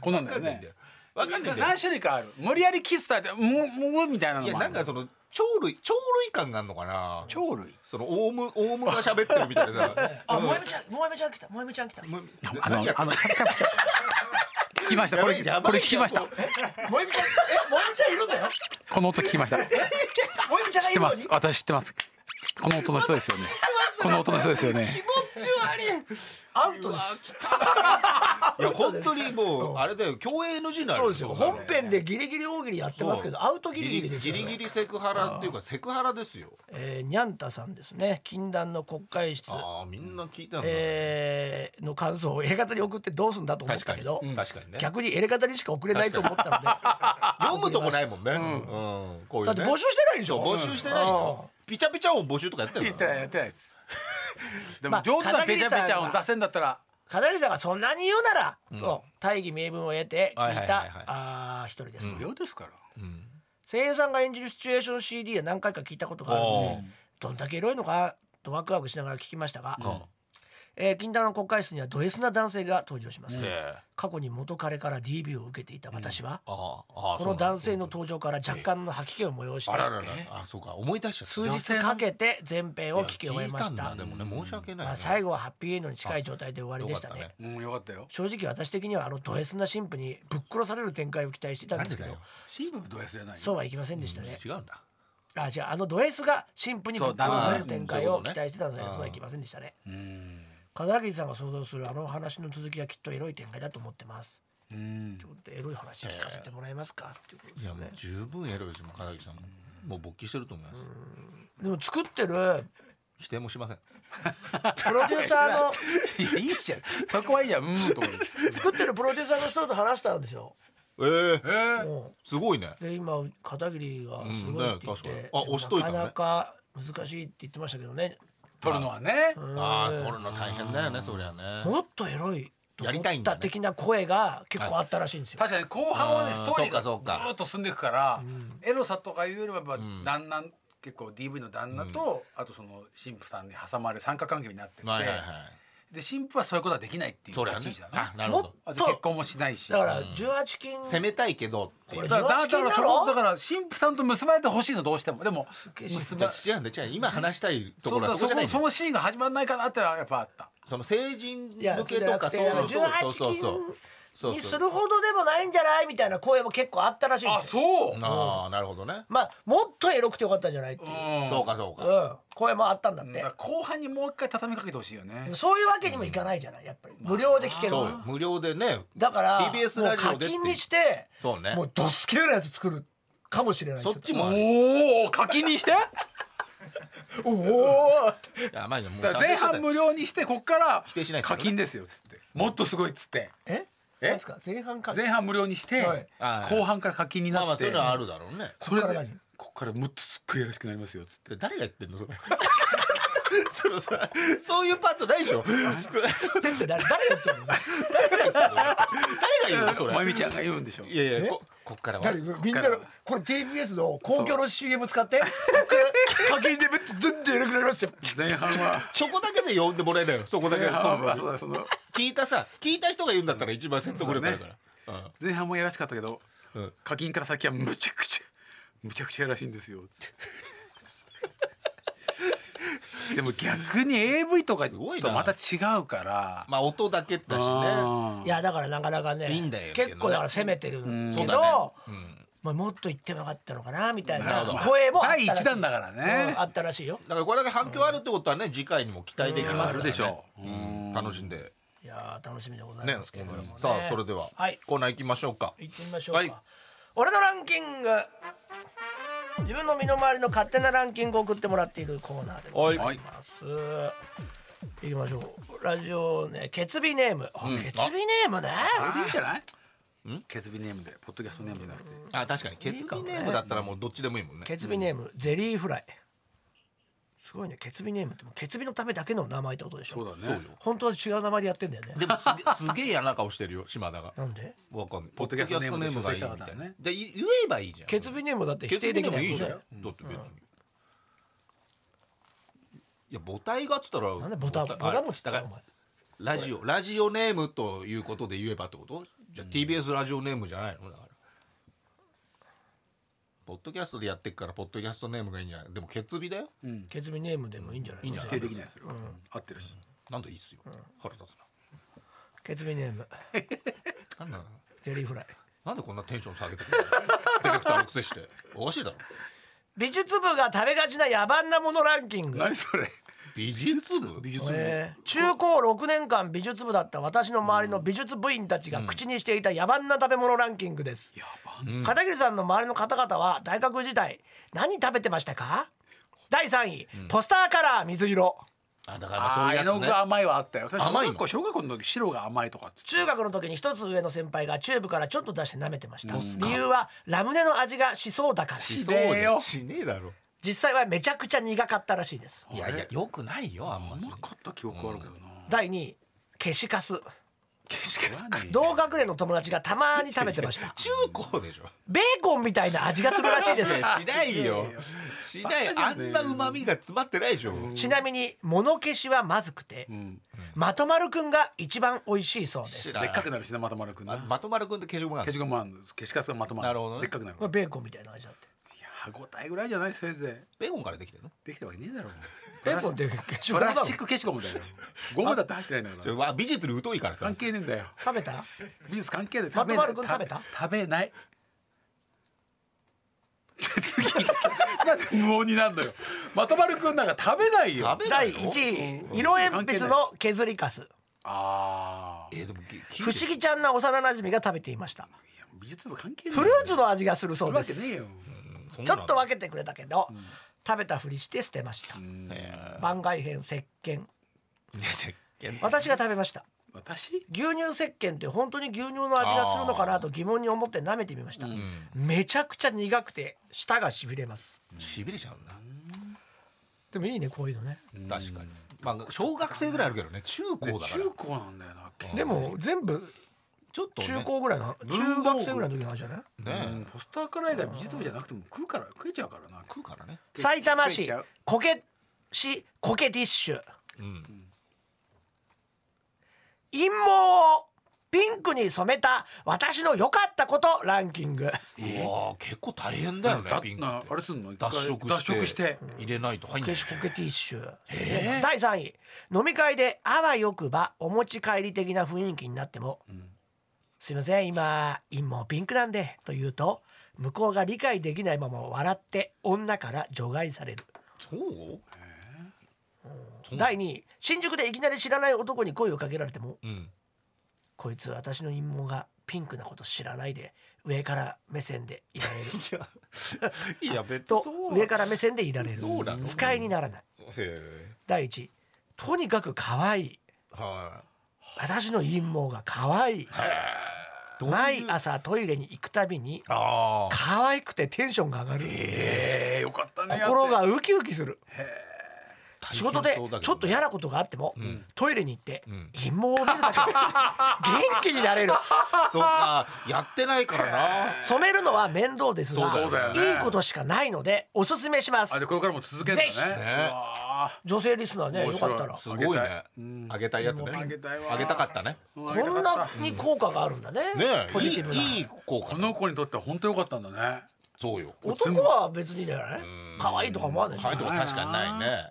[SPEAKER 4] こんなんだよ
[SPEAKER 3] わかんないんだ
[SPEAKER 4] ね
[SPEAKER 3] よわかんないんだよ
[SPEAKER 4] 何種類かある無理やりキスされてむむみたいなの
[SPEAKER 3] い
[SPEAKER 4] もあ
[SPEAKER 3] や
[SPEAKER 4] る
[SPEAKER 3] なんかその鳥類鳥類感があるのかな
[SPEAKER 4] 鳥類
[SPEAKER 3] そのオウムオウムが喋ってるみたいなさ
[SPEAKER 2] あ、もえみちゃん、もえみちゃん来た、もえみちゃん来た。も
[SPEAKER 4] あの
[SPEAKER 3] 何や
[SPEAKER 4] あの聞きましたこれ
[SPEAKER 3] やばいやばい
[SPEAKER 4] これ聞きました
[SPEAKER 3] もう
[SPEAKER 2] えみちゃん、え、もえみちゃんいるんだ よ。
[SPEAKER 4] この音聞きました知っ
[SPEAKER 2] もえみちゃんがい
[SPEAKER 4] て
[SPEAKER 2] るの
[SPEAKER 4] ま
[SPEAKER 2] に。
[SPEAKER 4] す私知ってますこの音の人ですよねこの音の人ですよね
[SPEAKER 2] アウトです。
[SPEAKER 3] いや本当にもうあれだよ共演 NG なの
[SPEAKER 2] そうですよ。本編でギリギリ大喜利やってますけど、アウトギリギリです
[SPEAKER 3] ギ
[SPEAKER 2] よ
[SPEAKER 3] リ
[SPEAKER 2] ね。
[SPEAKER 3] ギリセクハラっていうかセクハラですよ
[SPEAKER 2] えー、にゃんたさんですね。禁断の国会室。
[SPEAKER 3] ああみんな聞いたんだ
[SPEAKER 2] えーの感想を A 型に送ってどうすんだと思っ
[SPEAKER 3] 確
[SPEAKER 2] た
[SPEAKER 3] か
[SPEAKER 2] け
[SPEAKER 3] に
[SPEAKER 2] ど、
[SPEAKER 3] 確かにね
[SPEAKER 2] 逆に A 型にしか送れないと思 ったので
[SPEAKER 3] 読むとこないもんねうんこういう
[SPEAKER 2] だ
[SPEAKER 3] ね
[SPEAKER 2] って募集してないでしょ
[SPEAKER 3] 募集してないでしょピチャピチャ音募集とかやってる
[SPEAKER 4] 言ってないやってないです で
[SPEAKER 2] ま
[SPEAKER 4] も
[SPEAKER 2] あ
[SPEAKER 4] 上手なペチャペチャを出せんだったら
[SPEAKER 2] 片桐さんがそんなに言うなら、と大義名分を得て聞いた、
[SPEAKER 3] はいはいはいはい
[SPEAKER 2] あー一人ですと、
[SPEAKER 4] 無料ですから
[SPEAKER 2] 声優さんが演じるシチュエーション CD は何回か聞いたことがあるのでどんだけエロいのかとワクワクしながら聞きましたが、えー禁断の国会室にはド S な男性が登場します、
[SPEAKER 3] で
[SPEAKER 2] 過去に元彼から DV を受けていた私は、
[SPEAKER 3] ああ
[SPEAKER 2] この男性の登場から若干の吐き気を催して、
[SPEAKER 3] あらららあそうか思い出しちゃった
[SPEAKER 2] 数日かけて全編を聞き終えまし
[SPEAKER 3] い
[SPEAKER 2] た
[SPEAKER 3] や聞いんだでもね申し訳ない
[SPEAKER 2] ま
[SPEAKER 3] ね
[SPEAKER 2] あ、最後はハッピーエンドに近い状態で終わりでしたね
[SPEAKER 3] よかっ
[SPEAKER 4] うんよかったよ
[SPEAKER 2] 正直私的にはあのド S な神父にぶっ殺される展開を期待してたんですけ
[SPEAKER 3] な
[SPEAKER 2] ど
[SPEAKER 3] んでだよ
[SPEAKER 4] 新聞ド S じゃないよ
[SPEAKER 2] そうはいきませんでしたね、
[SPEAKER 3] 違うんだ
[SPEAKER 2] あじゃああのド S が神父にぶっ殺される展開
[SPEAKER 3] そ
[SPEAKER 2] を
[SPEAKER 3] うだね
[SPEAKER 2] 期待してたんですけど
[SPEAKER 3] うん
[SPEAKER 2] そうはいきませんでしたね
[SPEAKER 4] うん
[SPEAKER 2] 片桐さんが想像するあの話の続きはきっとエロい展開だと思ってます
[SPEAKER 4] うん
[SPEAKER 2] ちょっとエロい話聞かせてもらえますかっていうことで
[SPEAKER 3] い
[SPEAKER 2] す
[SPEAKER 3] や
[SPEAKER 2] よ
[SPEAKER 3] もう
[SPEAKER 2] ね
[SPEAKER 3] 十分エロいですもん片桐さんもう勃起してると思います
[SPEAKER 2] でも作ってるプロ
[SPEAKER 3] 否定もしません
[SPEAKER 2] デューサーの
[SPEAKER 4] いやいい じゃんそこはいいじゃんうんと思って
[SPEAKER 2] 作ってるプロデューサーの人と話したんですよ
[SPEAKER 3] ええ
[SPEAKER 4] えー
[SPEAKER 2] も
[SPEAKER 3] すごいね
[SPEAKER 2] うで今片桐がすごいって言って、
[SPEAKER 3] うんね確かにあ押しといたね
[SPEAKER 2] なかなか難しいって言ってましたけどね
[SPEAKER 4] 取るのはね
[SPEAKER 3] ああ取るの大変だよねそりゃね
[SPEAKER 2] もっとエロいと
[SPEAKER 3] や
[SPEAKER 2] 思
[SPEAKER 3] りたい
[SPEAKER 2] っ
[SPEAKER 3] んだ
[SPEAKER 2] た
[SPEAKER 3] ね
[SPEAKER 2] 的な声が結構あったらしいんですよ、
[SPEAKER 4] 確かに後半は
[SPEAKER 3] う
[SPEAKER 4] ね
[SPEAKER 3] ん
[SPEAKER 4] ストーリーがず
[SPEAKER 3] そうかそうか
[SPEAKER 4] ーっと進んでいくからエロさとかいうよりはやっぱ旦那結構 DV の旦那とあとその神父さんに挟まれ三角関係になってて
[SPEAKER 3] はいはいはい
[SPEAKER 4] で神父はそういうことはできないっていう
[SPEAKER 3] そりゃ
[SPEAKER 4] 立ち位
[SPEAKER 3] ね
[SPEAKER 4] 置だね
[SPEAKER 3] あなるほど
[SPEAKER 2] も
[SPEAKER 4] あと結婚もしないし
[SPEAKER 2] だか
[SPEAKER 4] だ
[SPEAKER 2] ら18金、
[SPEAKER 3] 攻めたいけどってい
[SPEAKER 2] これ
[SPEAKER 3] う
[SPEAKER 4] からだだからその
[SPEAKER 2] だ
[SPEAKER 4] だから神父さんと結ばれてほしいのどうしてもでも
[SPEAKER 2] げえ神
[SPEAKER 4] 結
[SPEAKER 3] じ
[SPEAKER 4] ば
[SPEAKER 3] ゃあ違うんだ違う今話したいと
[SPEAKER 4] そ
[SPEAKER 3] こ
[SPEAKER 4] う
[SPEAKER 3] ろ
[SPEAKER 4] だ
[SPEAKER 3] はそ
[SPEAKER 4] そ
[SPEAKER 3] こじゃない
[SPEAKER 4] の
[SPEAKER 3] んだ
[SPEAKER 4] そ
[SPEAKER 3] よ
[SPEAKER 4] のシーンが始まらないかなってのはやっぱあった
[SPEAKER 3] その成人
[SPEAKER 2] いや
[SPEAKER 3] 向けとか
[SPEAKER 2] そ
[SPEAKER 3] そ
[SPEAKER 2] れ
[SPEAKER 3] う
[SPEAKER 2] じゃなく
[SPEAKER 3] そう
[SPEAKER 2] て
[SPEAKER 3] そうそう
[SPEAKER 2] 18
[SPEAKER 3] そうそう
[SPEAKER 2] にす
[SPEAKER 3] そう
[SPEAKER 2] るほどでもないんじゃないみたいな声も結構あったらしいん
[SPEAKER 4] あ
[SPEAKER 2] ですよ
[SPEAKER 4] そう
[SPEAKER 3] ああなるほどね
[SPEAKER 2] まあもっとエロくてよかったんじゃないっていう、
[SPEAKER 3] そうかそ
[SPEAKER 2] う
[SPEAKER 3] うか
[SPEAKER 2] ん、声もあったんだっ
[SPEAKER 4] だ
[SPEAKER 2] て
[SPEAKER 4] から、後半にもう一回畳みかけてほしいよね
[SPEAKER 2] そういうわけにもいかないじゃないやっぱり無料で聞ける
[SPEAKER 3] そうよ無料でね
[SPEAKER 2] だから
[SPEAKER 3] TBS
[SPEAKER 2] もう
[SPEAKER 3] ラジ
[SPEAKER 2] 課
[SPEAKER 3] オでっていう
[SPEAKER 2] 金にして
[SPEAKER 3] そうね
[SPEAKER 2] もうドスケールなやつ作るかもしれない
[SPEAKER 3] そっちもある
[SPEAKER 4] おお課金にして
[SPEAKER 2] おおー
[SPEAKER 3] やばいじゃんもう
[SPEAKER 4] だから前半無料にしてこっから
[SPEAKER 3] 定しないですよ
[SPEAKER 4] 課
[SPEAKER 3] ね
[SPEAKER 4] 金ですよっつってもっとすごいっつって
[SPEAKER 2] え
[SPEAKER 4] え
[SPEAKER 2] なんですか前半か
[SPEAKER 4] 前半無料にして
[SPEAKER 2] はい
[SPEAKER 3] はい
[SPEAKER 4] 後半から課金に
[SPEAKER 3] まあま
[SPEAKER 4] な
[SPEAKER 3] あ
[SPEAKER 4] っ
[SPEAKER 3] そうい
[SPEAKER 4] て
[SPEAKER 3] うのはあるだろうね
[SPEAKER 4] それ
[SPEAKER 2] こっから
[SPEAKER 4] で
[SPEAKER 2] 何
[SPEAKER 4] こっからもっとすっごいやらしくなりますよっつって
[SPEAKER 3] で誰が言ってんのそ れそのさそういうパートないでしょ
[SPEAKER 2] ってって誰誰やってるの
[SPEAKER 3] 誰が言うのそれ
[SPEAKER 4] まゆみちゃんが言うんでしょ
[SPEAKER 3] いやいやここっからは
[SPEAKER 2] 誰みんなのこれ TBS の公共の CM 使 ってこっから課金でぶってずんで偉くなりますよ
[SPEAKER 4] 前半 は
[SPEAKER 3] そこだけで呼んでもらえないよそこだけ
[SPEAKER 4] 前
[SPEAKER 3] で
[SPEAKER 4] 半はそうだその
[SPEAKER 3] 聞いたさ聞いた人が言うんだったら一番説得力あるから、
[SPEAKER 4] 前半もやらしかったけど
[SPEAKER 3] うん
[SPEAKER 4] 課金から先はむちゃくちゃむちゃくちゃやらしいんです よっつってでも逆に AV とかと
[SPEAKER 3] ごいな
[SPEAKER 4] また違うから
[SPEAKER 3] まあ音だけだしね
[SPEAKER 4] あー
[SPEAKER 2] いやだからなかなかね
[SPEAKER 3] いいんだよ
[SPEAKER 2] 結構だから攻めてるけど、
[SPEAKER 3] そうだね、うん、
[SPEAKER 2] まあ、もっと言ってもよかったのかなみたい
[SPEAKER 3] な
[SPEAKER 2] な
[SPEAKER 3] るほど
[SPEAKER 2] 声もあったらし
[SPEAKER 4] 第
[SPEAKER 2] い
[SPEAKER 4] 一弾だから
[SPEAKER 2] う
[SPEAKER 4] ね
[SPEAKER 2] んあったらしいよ
[SPEAKER 3] だからこれだけ反響あるってことはね次回にも期待できますか
[SPEAKER 4] うんある
[SPEAKER 3] ら、ね、
[SPEAKER 4] でしょう
[SPEAKER 3] うん楽しんで
[SPEAKER 2] いやー楽しみでござい
[SPEAKER 3] ね
[SPEAKER 2] ますけれども、ね
[SPEAKER 3] さあそれでは、
[SPEAKER 2] はい
[SPEAKER 3] コーナー行きましょうか
[SPEAKER 2] 行ってみましょうか、
[SPEAKER 3] はい
[SPEAKER 2] 俺のランキング自分の身の回りの勝手なランキングを送ってもらっているコーナーでございます、行きましょうラジオねケツビネーム、あケツビネームね
[SPEAKER 4] これでいいんじゃないケツビネームでポッドキャストネームじゃなくて
[SPEAKER 3] あ確かにケツビネームだったらもうどっちでもいいもんね
[SPEAKER 2] ケツビネーム、ゼリーフライすごいねケツビネームってもうケツビのためだけの名前ってことでしょ
[SPEAKER 4] そうだね
[SPEAKER 2] 本当は違う名前でやってんだよね
[SPEAKER 3] でもすげすげえ嫌な顔してるよ島田 が
[SPEAKER 2] なんで
[SPEAKER 3] わかんない
[SPEAKER 4] ポッドキャストネームで
[SPEAKER 3] ポッドキ
[SPEAKER 4] 修正
[SPEAKER 3] ャストネームがいいみ
[SPEAKER 4] したかったた
[SPEAKER 3] い
[SPEAKER 4] ん
[SPEAKER 3] な
[SPEAKER 4] だ
[SPEAKER 3] で
[SPEAKER 4] ね
[SPEAKER 3] 言えばいいじゃん
[SPEAKER 2] ケツビネームだって否
[SPEAKER 3] 決
[SPEAKER 2] 定
[SPEAKER 3] 定
[SPEAKER 2] で
[SPEAKER 3] で
[SPEAKER 2] き
[SPEAKER 3] き
[SPEAKER 2] な
[SPEAKER 3] ないい
[SPEAKER 2] も
[SPEAKER 3] い
[SPEAKER 2] ん
[SPEAKER 3] じゃ
[SPEAKER 2] ね
[SPEAKER 3] んだって別にいや母体がっつったら
[SPEAKER 2] なんでボタンボタンもした
[SPEAKER 3] だ
[SPEAKER 2] か
[SPEAKER 3] か
[SPEAKER 2] お
[SPEAKER 3] ら
[SPEAKER 2] 前
[SPEAKER 3] ラジオラジオネームということで言えばってことじゃあ TBS ラジオネームじゃないのだからポッドキャストでやってっからポッドキャストネームがいいんじゃないでもケツビだよ
[SPEAKER 2] ケツビネームでもいいんじゃない
[SPEAKER 3] いいんじゃ
[SPEAKER 4] 否
[SPEAKER 3] な
[SPEAKER 4] 定
[SPEAKER 3] い
[SPEAKER 4] できないですよ、合ってるし
[SPEAKER 3] なんだいいっすよ腹立つ
[SPEAKER 2] ケツビネーム
[SPEAKER 3] ななんだ
[SPEAKER 2] ゼリーフライ
[SPEAKER 3] なんでこんなテンション下げてくるのディレクターのくせしておかしいだろ
[SPEAKER 2] 美術部が食べがちな野蛮なものランキング
[SPEAKER 4] 何それ
[SPEAKER 3] 美術部美術
[SPEAKER 2] えー中高6年間美術部だった私の周りの美術部員たちが口にしていた野蛮な食べ物ランキングです、片桐さんの周りの方々は大学時代何食べてましたか第3位、ポスターカラー水色
[SPEAKER 3] あだから
[SPEAKER 4] あ
[SPEAKER 3] そう
[SPEAKER 4] あ
[SPEAKER 3] いう
[SPEAKER 4] 絵の
[SPEAKER 3] やつ
[SPEAKER 4] 具
[SPEAKER 3] ね
[SPEAKER 4] が甘いはあったよ私小
[SPEAKER 3] 甘いの
[SPEAKER 4] 学校小学校の時白が甘いとかっつって
[SPEAKER 2] 中学の時に一つ上の先輩がチューブからちょっと出して舐めてました理由はラムネの味がしそうだから
[SPEAKER 3] し
[SPEAKER 4] ねえよ
[SPEAKER 3] しねえだろ
[SPEAKER 2] 実際はめちゃくちゃ苦かったらしいです
[SPEAKER 3] いやいやよくないよあんまり
[SPEAKER 4] 甘かった記憶あるけどな、
[SPEAKER 2] 第2位消しカス
[SPEAKER 4] 食わないよ
[SPEAKER 2] 同学年の友達がたまに食べてま した
[SPEAKER 3] 中高でしょ
[SPEAKER 2] ベーコンみたいな味がするらしい です
[SPEAKER 3] しないよしないあんな旨味が詰まってないでしょ
[SPEAKER 2] ちなみに物消しはまずくて、
[SPEAKER 4] ん
[SPEAKER 2] まとまるくんが一番美味しいそうです
[SPEAKER 3] 知らん
[SPEAKER 4] でっかくなるしなまとまるくんな
[SPEAKER 3] ままとまるくんって消しゴムなん
[SPEAKER 4] 消
[SPEAKER 3] だ
[SPEAKER 4] しゴムあんの消しカスがまとまる
[SPEAKER 3] なるほどね
[SPEAKER 4] でっかくなる
[SPEAKER 2] これベーコンみたいな味だって
[SPEAKER 4] いや歯ごたえぐらいじゃないせいぜ
[SPEAKER 3] ベーコンからできてるの
[SPEAKER 4] いできたわけねえだろ
[SPEAKER 2] ベーコンって
[SPEAKER 4] プラスチック消しゴムだよゴムだって入ってないんだか
[SPEAKER 3] ち
[SPEAKER 4] ら
[SPEAKER 3] ょわ美術に疎いからさ
[SPEAKER 4] 関係ねえんだよ
[SPEAKER 2] 食べた
[SPEAKER 4] 美術関係ない
[SPEAKER 2] まとまるくん
[SPEAKER 4] 食べない
[SPEAKER 2] 食べ
[SPEAKER 4] 食べない次なんで無音になるのよまとまるくんなんか食べないよ
[SPEAKER 3] 食べない
[SPEAKER 2] 第
[SPEAKER 3] の
[SPEAKER 2] 1位色鉛筆の削りカス
[SPEAKER 4] あー
[SPEAKER 3] えーでもきき
[SPEAKER 2] 不思議ちゃんな幼馴染が食べていました
[SPEAKER 4] いや美術部関係ない
[SPEAKER 2] フルーツの味がするそうで
[SPEAKER 4] そ
[SPEAKER 2] す
[SPEAKER 4] ういうわ
[SPEAKER 3] そん
[SPEAKER 2] ち
[SPEAKER 3] な
[SPEAKER 2] ょ
[SPEAKER 3] の
[SPEAKER 2] っと分けてくれたけど、食べたふりして捨てました、
[SPEAKER 3] え
[SPEAKER 2] 番外編石鹸
[SPEAKER 3] ー石鹸
[SPEAKER 2] 私が食べました
[SPEAKER 4] けねえよ私
[SPEAKER 2] 牛乳石鹸って本当に牛乳の味がするのかなと疑問に思って舐めてみました、めちゃくちゃ苦くて舌がしびれます
[SPEAKER 3] しびれちゃうんだ
[SPEAKER 2] でもいいねこういうのね
[SPEAKER 3] 確かにまあ小学生ぐらいあるけどね中高だか
[SPEAKER 4] 中
[SPEAKER 3] ら
[SPEAKER 4] 高なんだよな
[SPEAKER 2] でも全部
[SPEAKER 3] ちょっとね
[SPEAKER 2] 中高ぐらいの中
[SPEAKER 4] 文房具
[SPEAKER 2] 学生ぐらいの時の話じゃない
[SPEAKER 3] ね
[SPEAKER 4] うんポスターから以外美術部じゃなくても食うから食えちゃうからな
[SPEAKER 3] 食うからね
[SPEAKER 2] 埼玉
[SPEAKER 4] 食え
[SPEAKER 2] 市
[SPEAKER 4] ちゃう
[SPEAKER 2] コケ市コケティッシュ
[SPEAKER 3] うん
[SPEAKER 2] 陰謀をピンクに染めた私の良かったことランキング
[SPEAKER 3] うわー結構大変だよね
[SPEAKER 4] だ
[SPEAKER 3] ピンクっ
[SPEAKER 4] な
[SPEAKER 3] て
[SPEAKER 4] あれすんの一回
[SPEAKER 3] 脱色
[SPEAKER 4] 脱色して
[SPEAKER 3] 入れないと入んな
[SPEAKER 2] 消
[SPEAKER 3] いで
[SPEAKER 2] し
[SPEAKER 3] し
[SPEAKER 2] コ
[SPEAKER 3] ょ
[SPEAKER 2] ケティッシュ、第3位飲み会であわよくばお持ち帰り的な雰囲気になっても「すいません今陰謀ピンクなんで」と言うと向こうが理解できないまま笑って女から除外される
[SPEAKER 3] そううん
[SPEAKER 2] 第2位新宿でいきなり知らない男に声をかけられても
[SPEAKER 3] うん
[SPEAKER 2] 「こいつ私の陰謀がピンクなこと知らないで上から目線でいられる」
[SPEAKER 3] いやいや別に
[SPEAKER 2] と
[SPEAKER 3] そう
[SPEAKER 2] 上から目線でいられる
[SPEAKER 3] そうなの
[SPEAKER 2] 不快にならない
[SPEAKER 3] へ
[SPEAKER 2] 第一とにかく可愛い
[SPEAKER 3] ーは
[SPEAKER 2] 私の陰謀が可愛い
[SPEAKER 3] い
[SPEAKER 2] 毎朝トイレに行くたびに
[SPEAKER 3] ああ
[SPEAKER 2] 可愛くてテンションが上がる、
[SPEAKER 4] ええよかったね
[SPEAKER 2] 心がウキウキする仕事でちょっと嫌なことがあっても、トイレに行って、
[SPEAKER 3] ん
[SPEAKER 2] 陰謀を見るだけで元気になれる
[SPEAKER 3] そうかやってないから
[SPEAKER 2] 染めるのは面倒ですが
[SPEAKER 3] そうだ
[SPEAKER 4] よね
[SPEAKER 2] いいことしかないのねおすすめします
[SPEAKER 4] あでこれからも続けるんだね
[SPEAKER 2] ぜひ
[SPEAKER 3] なね
[SPEAKER 4] うわ
[SPEAKER 2] 女性リスナーねよ
[SPEAKER 4] 面白
[SPEAKER 2] か
[SPEAKER 4] い
[SPEAKER 2] ったら
[SPEAKER 3] すご
[SPEAKER 4] あ
[SPEAKER 3] い
[SPEAKER 4] げた
[SPEAKER 3] ね
[SPEAKER 4] いうん
[SPEAKER 3] あげたいやつね
[SPEAKER 4] あげたいわ
[SPEAKER 3] あげたかったね
[SPEAKER 4] ー
[SPEAKER 2] こんなに効果があるんだね
[SPEAKER 3] ね
[SPEAKER 2] ポ
[SPEAKER 3] えい
[SPEAKER 2] ジティブない
[SPEAKER 3] いい効果
[SPEAKER 4] この子にとっては本当良かったんだね
[SPEAKER 3] そうよ
[SPEAKER 2] 男は別にだよね可愛いとか思わないし
[SPEAKER 3] 可愛いとか確かにないね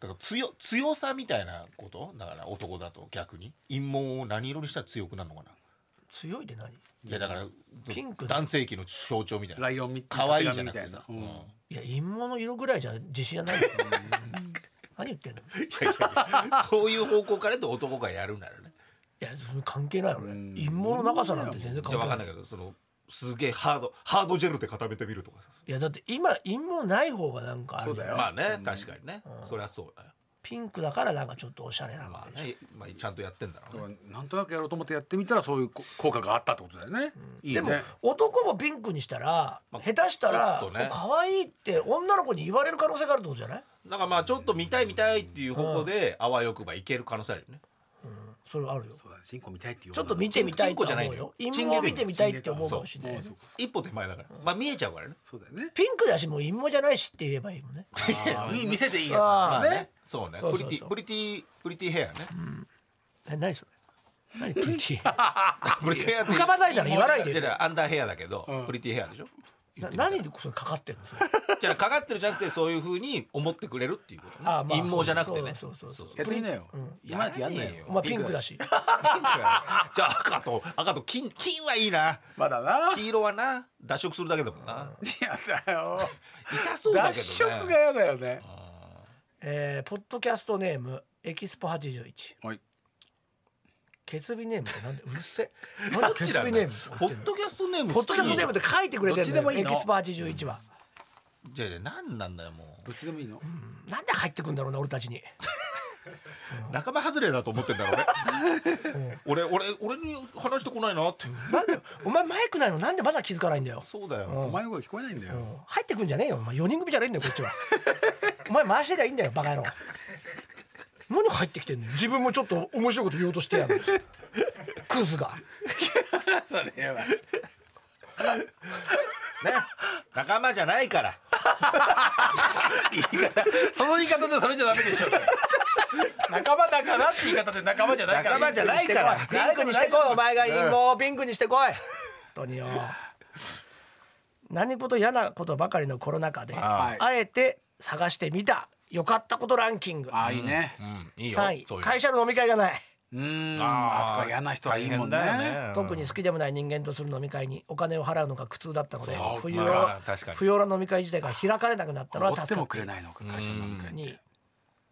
[SPEAKER 3] だから強強さみたいなことだから男だと逆に陰謀を何色にしたら強くなるのかな
[SPEAKER 2] 強いで何
[SPEAKER 3] いやだから
[SPEAKER 2] ピンク
[SPEAKER 3] 男性器の象徴みたいな
[SPEAKER 4] ライオンみ
[SPEAKER 3] 可愛いじゃなくてさ
[SPEAKER 4] たいな、うん
[SPEAKER 2] いや陰謀の色ぐらいじゃ自 信はないよ何言ってんのい
[SPEAKER 3] いやいやいや そういう方向からで男がやるならね
[SPEAKER 2] やそれ関係ないよね陰謀の長さなんて全然
[SPEAKER 3] じ
[SPEAKER 2] 関
[SPEAKER 3] ゃあ分
[SPEAKER 2] 係
[SPEAKER 3] かん
[SPEAKER 2] な
[SPEAKER 3] ないいけどそのすげえハードハードジェルで固めてみるとかさ
[SPEAKER 2] いやだって今陰謀ない方がなんかあるじゃん
[SPEAKER 4] そうだよ
[SPEAKER 3] まあね確かにねそりゃそうだよ
[SPEAKER 2] ピンクだからなんかちょっとおしゃれな
[SPEAKER 3] ま
[SPEAKER 2] 感
[SPEAKER 3] あねまあちゃんとやってんだろうね
[SPEAKER 4] なんとなくやろうと思ってやってみたらそういうこ効果があったってことだよね、いい
[SPEAKER 2] じで
[SPEAKER 4] ね
[SPEAKER 2] も男もピンクにしたら
[SPEAKER 3] まあ
[SPEAKER 2] 下手したら
[SPEAKER 3] ちょっとね
[SPEAKER 2] 可愛いって女の子に言われる可能性があるってことじゃない
[SPEAKER 3] なんかまあちょっと見たい見たいっていう方向であわよくばいける可能性あるよね
[SPEAKER 2] それあるよ
[SPEAKER 4] そうだねチンコ見たいっていう
[SPEAKER 2] ちょっと見てみたいとは思うよ
[SPEAKER 3] チンコ
[SPEAKER 2] 陰
[SPEAKER 3] じゃないのよ
[SPEAKER 2] 謀を見てみたいって思うかもしれない
[SPEAKER 4] そうか
[SPEAKER 3] 一歩手前だからまあ見えちゃうからね
[SPEAKER 4] そうだよ ね
[SPEAKER 2] ピンクだしもう陰謀じゃないしって言えばいいもんね
[SPEAKER 4] あー見せていいや
[SPEAKER 2] あー
[SPEAKER 4] つ
[SPEAKER 3] まあ
[SPEAKER 2] ね
[SPEAKER 3] ねそうね
[SPEAKER 2] そう
[SPEAKER 3] プ
[SPEAKER 2] そうそう
[SPEAKER 3] リティプリティプリティヘアね
[SPEAKER 2] え何それ何プリティ
[SPEAKER 3] プリティヘアって
[SPEAKER 2] 浮かばないなら言わないで
[SPEAKER 3] ややアンダーヘアだけどプリティヘアでしょ
[SPEAKER 2] な何でそれかかってんのそれ
[SPEAKER 3] じゃあかかってるじゃなくてそういう風に思ってくれるっていうことね
[SPEAKER 2] あーまあ
[SPEAKER 3] 陰謀じゃなくてね
[SPEAKER 2] そう そうそうそう
[SPEAKER 4] やってみなよ今のやつやんなよ
[SPEAKER 3] よ
[SPEAKER 2] お前ピンクだし
[SPEAKER 3] じゃあ赤と赤と金金はいいな
[SPEAKER 4] まだな
[SPEAKER 3] 黄色はな脱色するだけだもんな
[SPEAKER 4] やだよ
[SPEAKER 3] 痛そうだ
[SPEAKER 4] 脱
[SPEAKER 3] けどね
[SPEAKER 4] 色がやだよね
[SPEAKER 2] えーポッドキャストネームエキスポ81
[SPEAKER 4] はい
[SPEAKER 2] ケツビネームってなんでうるせえ
[SPEAKER 3] ど
[SPEAKER 2] なん
[SPEAKER 3] っ
[SPEAKER 2] でケ
[SPEAKER 3] ち
[SPEAKER 2] ツ
[SPEAKER 3] だ
[SPEAKER 2] ビ
[SPEAKER 3] よ
[SPEAKER 2] ネーム
[SPEAKER 3] ね
[SPEAKER 2] って言
[SPEAKER 3] ポ
[SPEAKER 2] ってん
[SPEAKER 3] ッ
[SPEAKER 2] の
[SPEAKER 3] ドキャストネーム
[SPEAKER 2] ポッドキャストネームって書いてくれてる
[SPEAKER 4] どっちで
[SPEAKER 2] の
[SPEAKER 4] もい
[SPEAKER 2] よ
[SPEAKER 4] い
[SPEAKER 2] エ
[SPEAKER 4] の
[SPEAKER 2] キスパ81は
[SPEAKER 3] じゃあじゃあ何なんだよも
[SPEAKER 4] どっちでもいいの
[SPEAKER 2] なんで入ってくんだろうな俺たちに
[SPEAKER 3] う仲間外れだと思ってんだろ 俺俺俺俺に話してこないなって
[SPEAKER 2] なんでお前マイクないのなんでまだ気づかないんだよ
[SPEAKER 3] そうだ
[SPEAKER 2] う
[SPEAKER 3] よ
[SPEAKER 2] ん
[SPEAKER 4] お前の声聞こえないんだよ
[SPEAKER 2] 入ってくんじゃねえよお前4人組じゃねえんだよこっちはお前回してりゃいいんだよバカ野郎何入ってきてんの自分もちょっと面白いこと言おうとしてやるクズが
[SPEAKER 4] それは
[SPEAKER 3] ね仲間じゃないから
[SPEAKER 4] その言い方でそれじゃダメ でしょ仲間だからって言い方で仲間じゃないから
[SPEAKER 3] 仲間じゃないから
[SPEAKER 2] ピンクにしてこいお前が陰謀をピンクにしてこい本当によ何事嫌なことばかりのコロナ禍で
[SPEAKER 4] はい
[SPEAKER 2] あえて探してみた良かったことランキング
[SPEAKER 4] ああいいね
[SPEAKER 3] うんいいよ
[SPEAKER 2] 3位
[SPEAKER 3] そういうの
[SPEAKER 2] 会社の飲み会がない
[SPEAKER 4] うん
[SPEAKER 3] あ
[SPEAKER 4] あ
[SPEAKER 3] ー
[SPEAKER 4] そこは嫌な人はいいもんね
[SPEAKER 3] 大変だよね
[SPEAKER 2] 特に好きでもない人間とする飲み会にお金を払うのが苦痛だったので
[SPEAKER 4] そう
[SPEAKER 2] 不要
[SPEAKER 3] まあ確かに
[SPEAKER 2] 不要な飲み会自体が開かれなくなったの
[SPEAKER 4] 持
[SPEAKER 2] は
[SPEAKER 4] って
[SPEAKER 2] 助か
[SPEAKER 4] も
[SPEAKER 2] っ
[SPEAKER 4] くれないのか会社の飲み
[SPEAKER 2] た
[SPEAKER 4] 会
[SPEAKER 2] に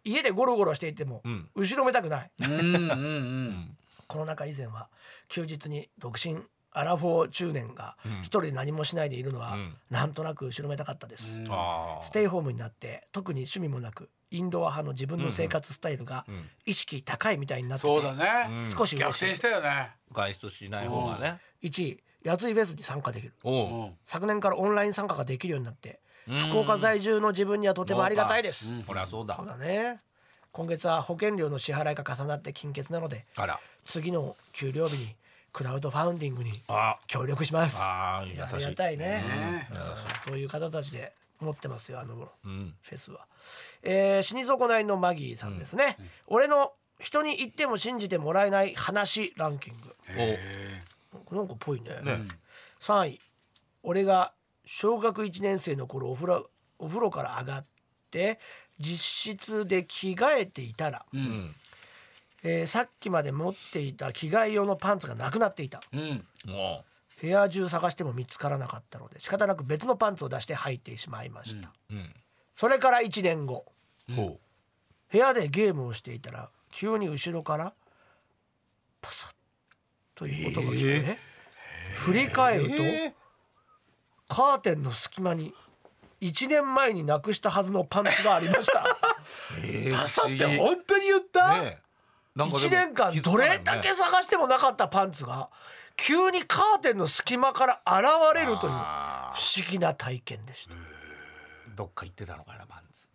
[SPEAKER 2] 家でゴロゴロしていても
[SPEAKER 3] ん
[SPEAKER 2] 後ろめたくない
[SPEAKER 4] うんうんうん
[SPEAKER 2] コロナ禍以前は休日に独身アラフォー中年が一人で何もしないでいるのは
[SPEAKER 3] うん
[SPEAKER 2] なんとなく後ろめたかったです、
[SPEAKER 4] うん
[SPEAKER 3] あ
[SPEAKER 2] ステイホームになって特に趣味もなくインドア派の自分の生活スタイルが
[SPEAKER 3] ん
[SPEAKER 2] 意識高いみたいになって
[SPEAKER 4] そうだ
[SPEAKER 2] て
[SPEAKER 4] ね
[SPEAKER 2] 少し
[SPEAKER 4] 逆
[SPEAKER 2] 嬉し
[SPEAKER 4] 転
[SPEAKER 2] い
[SPEAKER 4] したよね
[SPEAKER 3] あ外出しない方がね
[SPEAKER 2] 1位やついフェスに参加できる
[SPEAKER 3] お
[SPEAKER 4] う
[SPEAKER 3] う
[SPEAKER 4] ん
[SPEAKER 2] 昨年からオンライン参加ができるようになって福岡在住の自分にはとてもありがたいです、
[SPEAKER 3] これはそうだ
[SPEAKER 2] そうだね今月は保険料の支払いが重なって金欠なので
[SPEAKER 3] から
[SPEAKER 2] 次の給料日にクラウドファウンディングに
[SPEAKER 3] あ
[SPEAKER 2] 協力します
[SPEAKER 3] あー
[SPEAKER 2] あ
[SPEAKER 3] 優
[SPEAKER 2] り
[SPEAKER 3] し
[SPEAKER 2] が
[SPEAKER 3] い
[SPEAKER 2] たいね、
[SPEAKER 4] ね
[SPEAKER 2] そういう方たちで持ってますよあの
[SPEAKER 3] うん
[SPEAKER 2] フェスは、えー、死に損ないのマギーさんですね、俺の人に言っても信じてもらえない話ランキング
[SPEAKER 3] お
[SPEAKER 2] この子っぽいね3位俺が小学1年生の頃お風呂お風呂から上がって実質で着替えていたら、
[SPEAKER 3] ん
[SPEAKER 2] えーさっきまで持っていた着替え用のパンツがなくなっていた
[SPEAKER 4] うん
[SPEAKER 3] も
[SPEAKER 2] 部屋中探しても見つからなかったので仕方なく別のパンツを出して履いてしまいました、
[SPEAKER 3] ううん
[SPEAKER 2] それから1年後
[SPEAKER 3] ほ
[SPEAKER 2] 部屋でゲームをしていたら急に後ろからパサッという音が聞こえ、振り返
[SPEAKER 3] う
[SPEAKER 2] る
[SPEAKER 3] え
[SPEAKER 2] とカーテンの隙間に1年前になくしたはずのパンツがありました
[SPEAKER 3] ー
[SPEAKER 4] パサっ
[SPEAKER 3] 不
[SPEAKER 4] て
[SPEAKER 3] 思議
[SPEAKER 4] 本当に言った
[SPEAKER 3] ねえなんかで
[SPEAKER 2] 1
[SPEAKER 3] も
[SPEAKER 2] 年間
[SPEAKER 3] 気づ
[SPEAKER 2] ど
[SPEAKER 3] かない
[SPEAKER 2] れ
[SPEAKER 3] ね
[SPEAKER 2] だけ探してもなかったパンツが急にカーテンの隙間から現れるという不
[SPEAKER 3] あ
[SPEAKER 2] 思議な体験でした
[SPEAKER 3] ーどっか行ってたのかなパンツ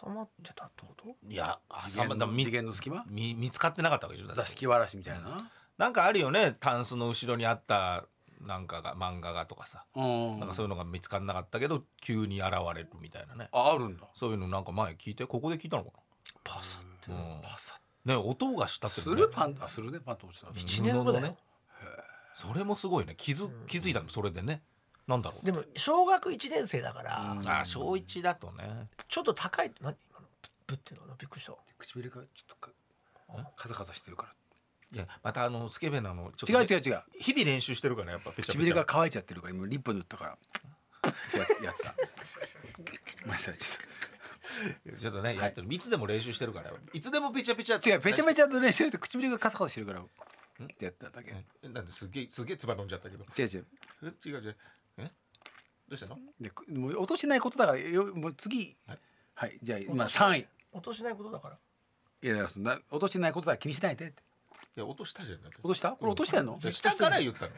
[SPEAKER 2] 収まってたってこと
[SPEAKER 3] いやあ
[SPEAKER 4] 次元
[SPEAKER 3] だ
[SPEAKER 4] の
[SPEAKER 3] み
[SPEAKER 4] 次元の隙間
[SPEAKER 3] み見つかってなかったわけでしょだって
[SPEAKER 4] 座敷わらしみたいな
[SPEAKER 3] なんかあるよねタンスの後ろにあったなんかが漫画がとかさ
[SPEAKER 4] うん
[SPEAKER 3] なんかそういうのが見つからなかったけど急に現れるみたいなね
[SPEAKER 4] ああるんだ
[SPEAKER 3] そういうのなんか前聞いてここで聞いたのか
[SPEAKER 2] パサって
[SPEAKER 3] な、うん
[SPEAKER 4] パサ
[SPEAKER 3] ね音がしたって
[SPEAKER 4] す
[SPEAKER 3] のね
[SPEAKER 4] るパンあするねパンと落ちたら
[SPEAKER 2] 1年後だよ、
[SPEAKER 3] それもすごいね気づ気づいたのそれでねなんだろう
[SPEAKER 2] でも小学1年生だから、
[SPEAKER 3] あー小一だとね
[SPEAKER 2] ちょっと高い何今のぶぶっていうのかなびっくりした
[SPEAKER 4] 唇がちょっとかカタカタしてるから
[SPEAKER 3] いやまたあのスケベなのちょっと
[SPEAKER 4] 違う
[SPEAKER 3] ね
[SPEAKER 4] 違う違う
[SPEAKER 3] 日々練習してるからねやっぱペチャペチ
[SPEAKER 4] 唇
[SPEAKER 3] ャ
[SPEAKER 4] が乾いちゃってるから今リップ塗 ったからややったごめんなさいち
[SPEAKER 3] ちょっとね、やってるいつでも練習してるからいつでもペチャペチャ
[SPEAKER 4] ょっと違うペチャペ
[SPEAKER 3] チ
[SPEAKER 4] チャと練習して唇がカサカサしてるからってやっただけ違
[SPEAKER 3] ャなんですげえすげえつば飲んじゃったけど
[SPEAKER 4] う違う
[SPEAKER 3] え違う違うえどうしたの
[SPEAKER 4] でくもう落としないことだからよもう次
[SPEAKER 3] はい
[SPEAKER 4] はいじゃあ今3位
[SPEAKER 2] 落としないことだから
[SPEAKER 4] いやいやそんな落としてないことは気にしないでって
[SPEAKER 3] いや落としたじゃんだって
[SPEAKER 4] 落としたこれ落としてんの
[SPEAKER 3] 下から言ったの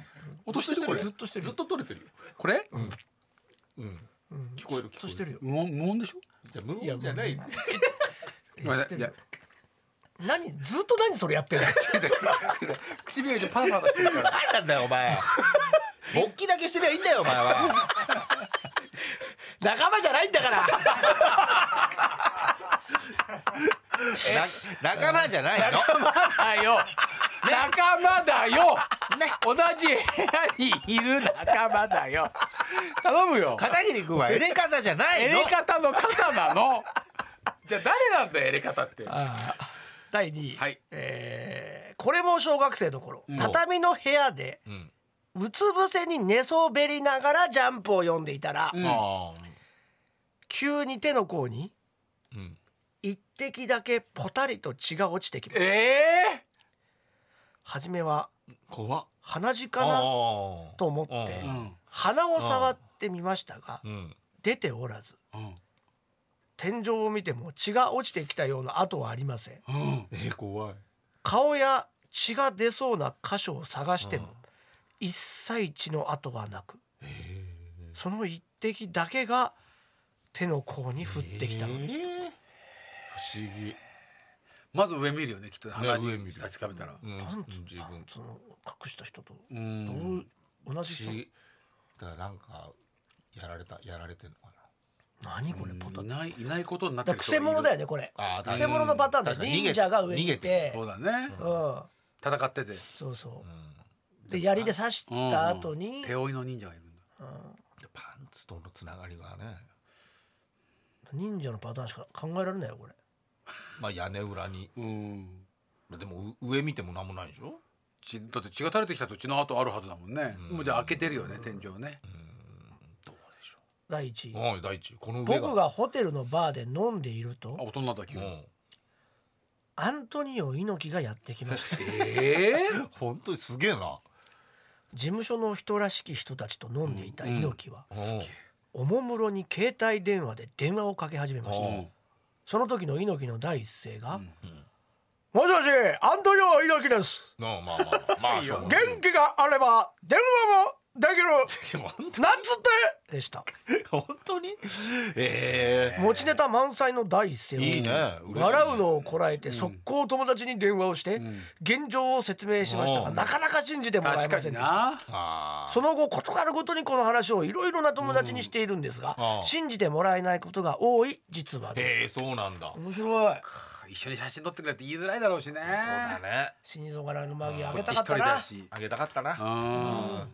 [SPEAKER 4] 落としてるこれ
[SPEAKER 3] ずっとしてるずっと取れてるよ
[SPEAKER 4] これ
[SPEAKER 3] 聞こえる聞
[SPEAKER 2] ずっ
[SPEAKER 3] ことえ
[SPEAKER 2] してるよ
[SPEAKER 4] 無音無音でしょ
[SPEAKER 3] じゃあ無音じゃない
[SPEAKER 4] ごめんなさいじゃあ
[SPEAKER 2] 何ずっと何それやってるの
[SPEAKER 4] 唇がパラパラしてるから
[SPEAKER 3] 何なんだよ お前勃起だけしてりゃいいんだよお前は
[SPEAKER 2] 仲間じゃないんだから
[SPEAKER 3] な仲間じゃないの
[SPEAKER 4] だよ仲間だよ、同じ部屋にいる仲間だよ頼むよ
[SPEAKER 3] 片桐君はエレ方じゃな
[SPEAKER 4] エ
[SPEAKER 3] いの
[SPEAKER 4] レ方の方な のじゃあ誰なんだよエレ方って
[SPEAKER 2] 第2位、
[SPEAKER 4] はい
[SPEAKER 2] えーこれも小学生の頃、
[SPEAKER 4] ん
[SPEAKER 2] 畳の部屋で
[SPEAKER 3] ん
[SPEAKER 2] うつ伏せに寝そべりながらジャンプを読んでいたら、
[SPEAKER 4] うん
[SPEAKER 3] あ
[SPEAKER 2] 急に手の甲に
[SPEAKER 3] ーうん
[SPEAKER 2] 一滴だけポタリと血が落ちてきま
[SPEAKER 4] え
[SPEAKER 2] す
[SPEAKER 4] え
[SPEAKER 2] 初めは
[SPEAKER 3] 怖っ
[SPEAKER 2] 鼻血かな
[SPEAKER 3] と
[SPEAKER 2] と思って
[SPEAKER 4] ー、うん
[SPEAKER 2] 鼻を触ってみましたが
[SPEAKER 3] うん
[SPEAKER 2] 出ておらず
[SPEAKER 4] うん
[SPEAKER 2] 天井を見ても血が落ちてきたような跡はありません
[SPEAKER 4] うん
[SPEAKER 3] えー怖い
[SPEAKER 2] 顔や血が出そうな箇所を探しても一切血の跡がなくその一滴だけが手の甲に降ってきたの
[SPEAKER 3] え
[SPEAKER 2] に
[SPEAKER 3] ー不思議
[SPEAKER 4] まず上見るよねきっと鼻血
[SPEAKER 3] 上見る
[SPEAKER 4] 確かめたら
[SPEAKER 3] うん
[SPEAKER 2] パンツ
[SPEAKER 3] 自
[SPEAKER 2] パン
[SPEAKER 3] 分
[SPEAKER 2] ツの隠した人と
[SPEAKER 4] う
[SPEAKER 2] どうん同じ人
[SPEAKER 3] 血だからなんかやられたやられてんのか
[SPEAKER 2] 何これポタ
[SPEAKER 4] い
[SPEAKER 2] リ
[SPEAKER 4] ないいないことになっ
[SPEAKER 2] だ
[SPEAKER 4] て
[SPEAKER 2] から癖者だよ
[SPEAKER 4] ね
[SPEAKER 2] ねこれ
[SPEAKER 3] なあー
[SPEAKER 2] 癖者のパターンだ
[SPEAKER 3] 確かに逃げ
[SPEAKER 2] 忍者が上にいて
[SPEAKER 4] そうだね
[SPEAKER 2] うん
[SPEAKER 4] 戦ってて
[SPEAKER 2] そうそ
[SPEAKER 3] うん
[SPEAKER 2] うで槍で刺した後に
[SPEAKER 4] 手負いの忍者がいるんだ
[SPEAKER 3] でパンツとのつながりがね
[SPEAKER 2] 忍者のパターンしか考えられないよこれ
[SPEAKER 3] まあ屋根裏に
[SPEAKER 4] うん
[SPEAKER 3] でもう上見ても何もないでしょ
[SPEAKER 4] 血だって血が垂れてきたと血の跡あるはずだもんねもうじゃあ開けてるよね天井ね
[SPEAKER 3] どうでしょ
[SPEAKER 2] 第一位
[SPEAKER 3] うおい大地この上が
[SPEAKER 2] 僕がホテルのバーで飲んでいる
[SPEAKER 4] あ
[SPEAKER 2] と
[SPEAKER 4] 大人になった急
[SPEAKER 3] う
[SPEAKER 4] に
[SPEAKER 3] ん
[SPEAKER 2] アントニオ猪木がやってきました
[SPEAKER 4] ええ
[SPEAKER 3] 本当にすげえな
[SPEAKER 2] 事務所の人らしき人たちと飲んでいた猪木は
[SPEAKER 3] うん
[SPEAKER 2] おもむろに携帯電話で電話をかけ始めました
[SPEAKER 3] うん
[SPEAKER 2] その時の猪木の第一声が
[SPEAKER 4] ん
[SPEAKER 2] 「もしもしアントニオ猪木です
[SPEAKER 3] なあまあまあまあしょうがない
[SPEAKER 2] 元気があれば電話もできる
[SPEAKER 3] 本当に
[SPEAKER 2] なんつって!」でした
[SPEAKER 3] 本当にええ
[SPEAKER 2] 持ちネタ満載の第一声を
[SPEAKER 3] いいね嬉しい
[SPEAKER 2] 笑うのをこらえて速攻友達に電話をして
[SPEAKER 4] ん
[SPEAKER 2] 現状を説明しましたが
[SPEAKER 3] うん
[SPEAKER 2] なかなか信じてもらえませ
[SPEAKER 4] 確
[SPEAKER 2] んで
[SPEAKER 4] か
[SPEAKER 2] した
[SPEAKER 4] にな
[SPEAKER 3] あ
[SPEAKER 2] その後事あるごとにこの話をいろいろな友達にしているんですが、
[SPEAKER 3] うんああ
[SPEAKER 2] 信じてもらえないことが多い実話です、
[SPEAKER 3] ええそうなんだ
[SPEAKER 2] 面白い
[SPEAKER 4] 一緒に写真撮ってくれって言いづらいだろうしねそうだ
[SPEAKER 3] ね
[SPEAKER 2] 死にそうがらの間際あ
[SPEAKER 4] こ
[SPEAKER 2] げ
[SPEAKER 4] っち
[SPEAKER 2] たか
[SPEAKER 4] 一
[SPEAKER 2] っ
[SPEAKER 4] 人
[SPEAKER 2] たな
[SPEAKER 4] だし
[SPEAKER 3] あげたかったな
[SPEAKER 4] あ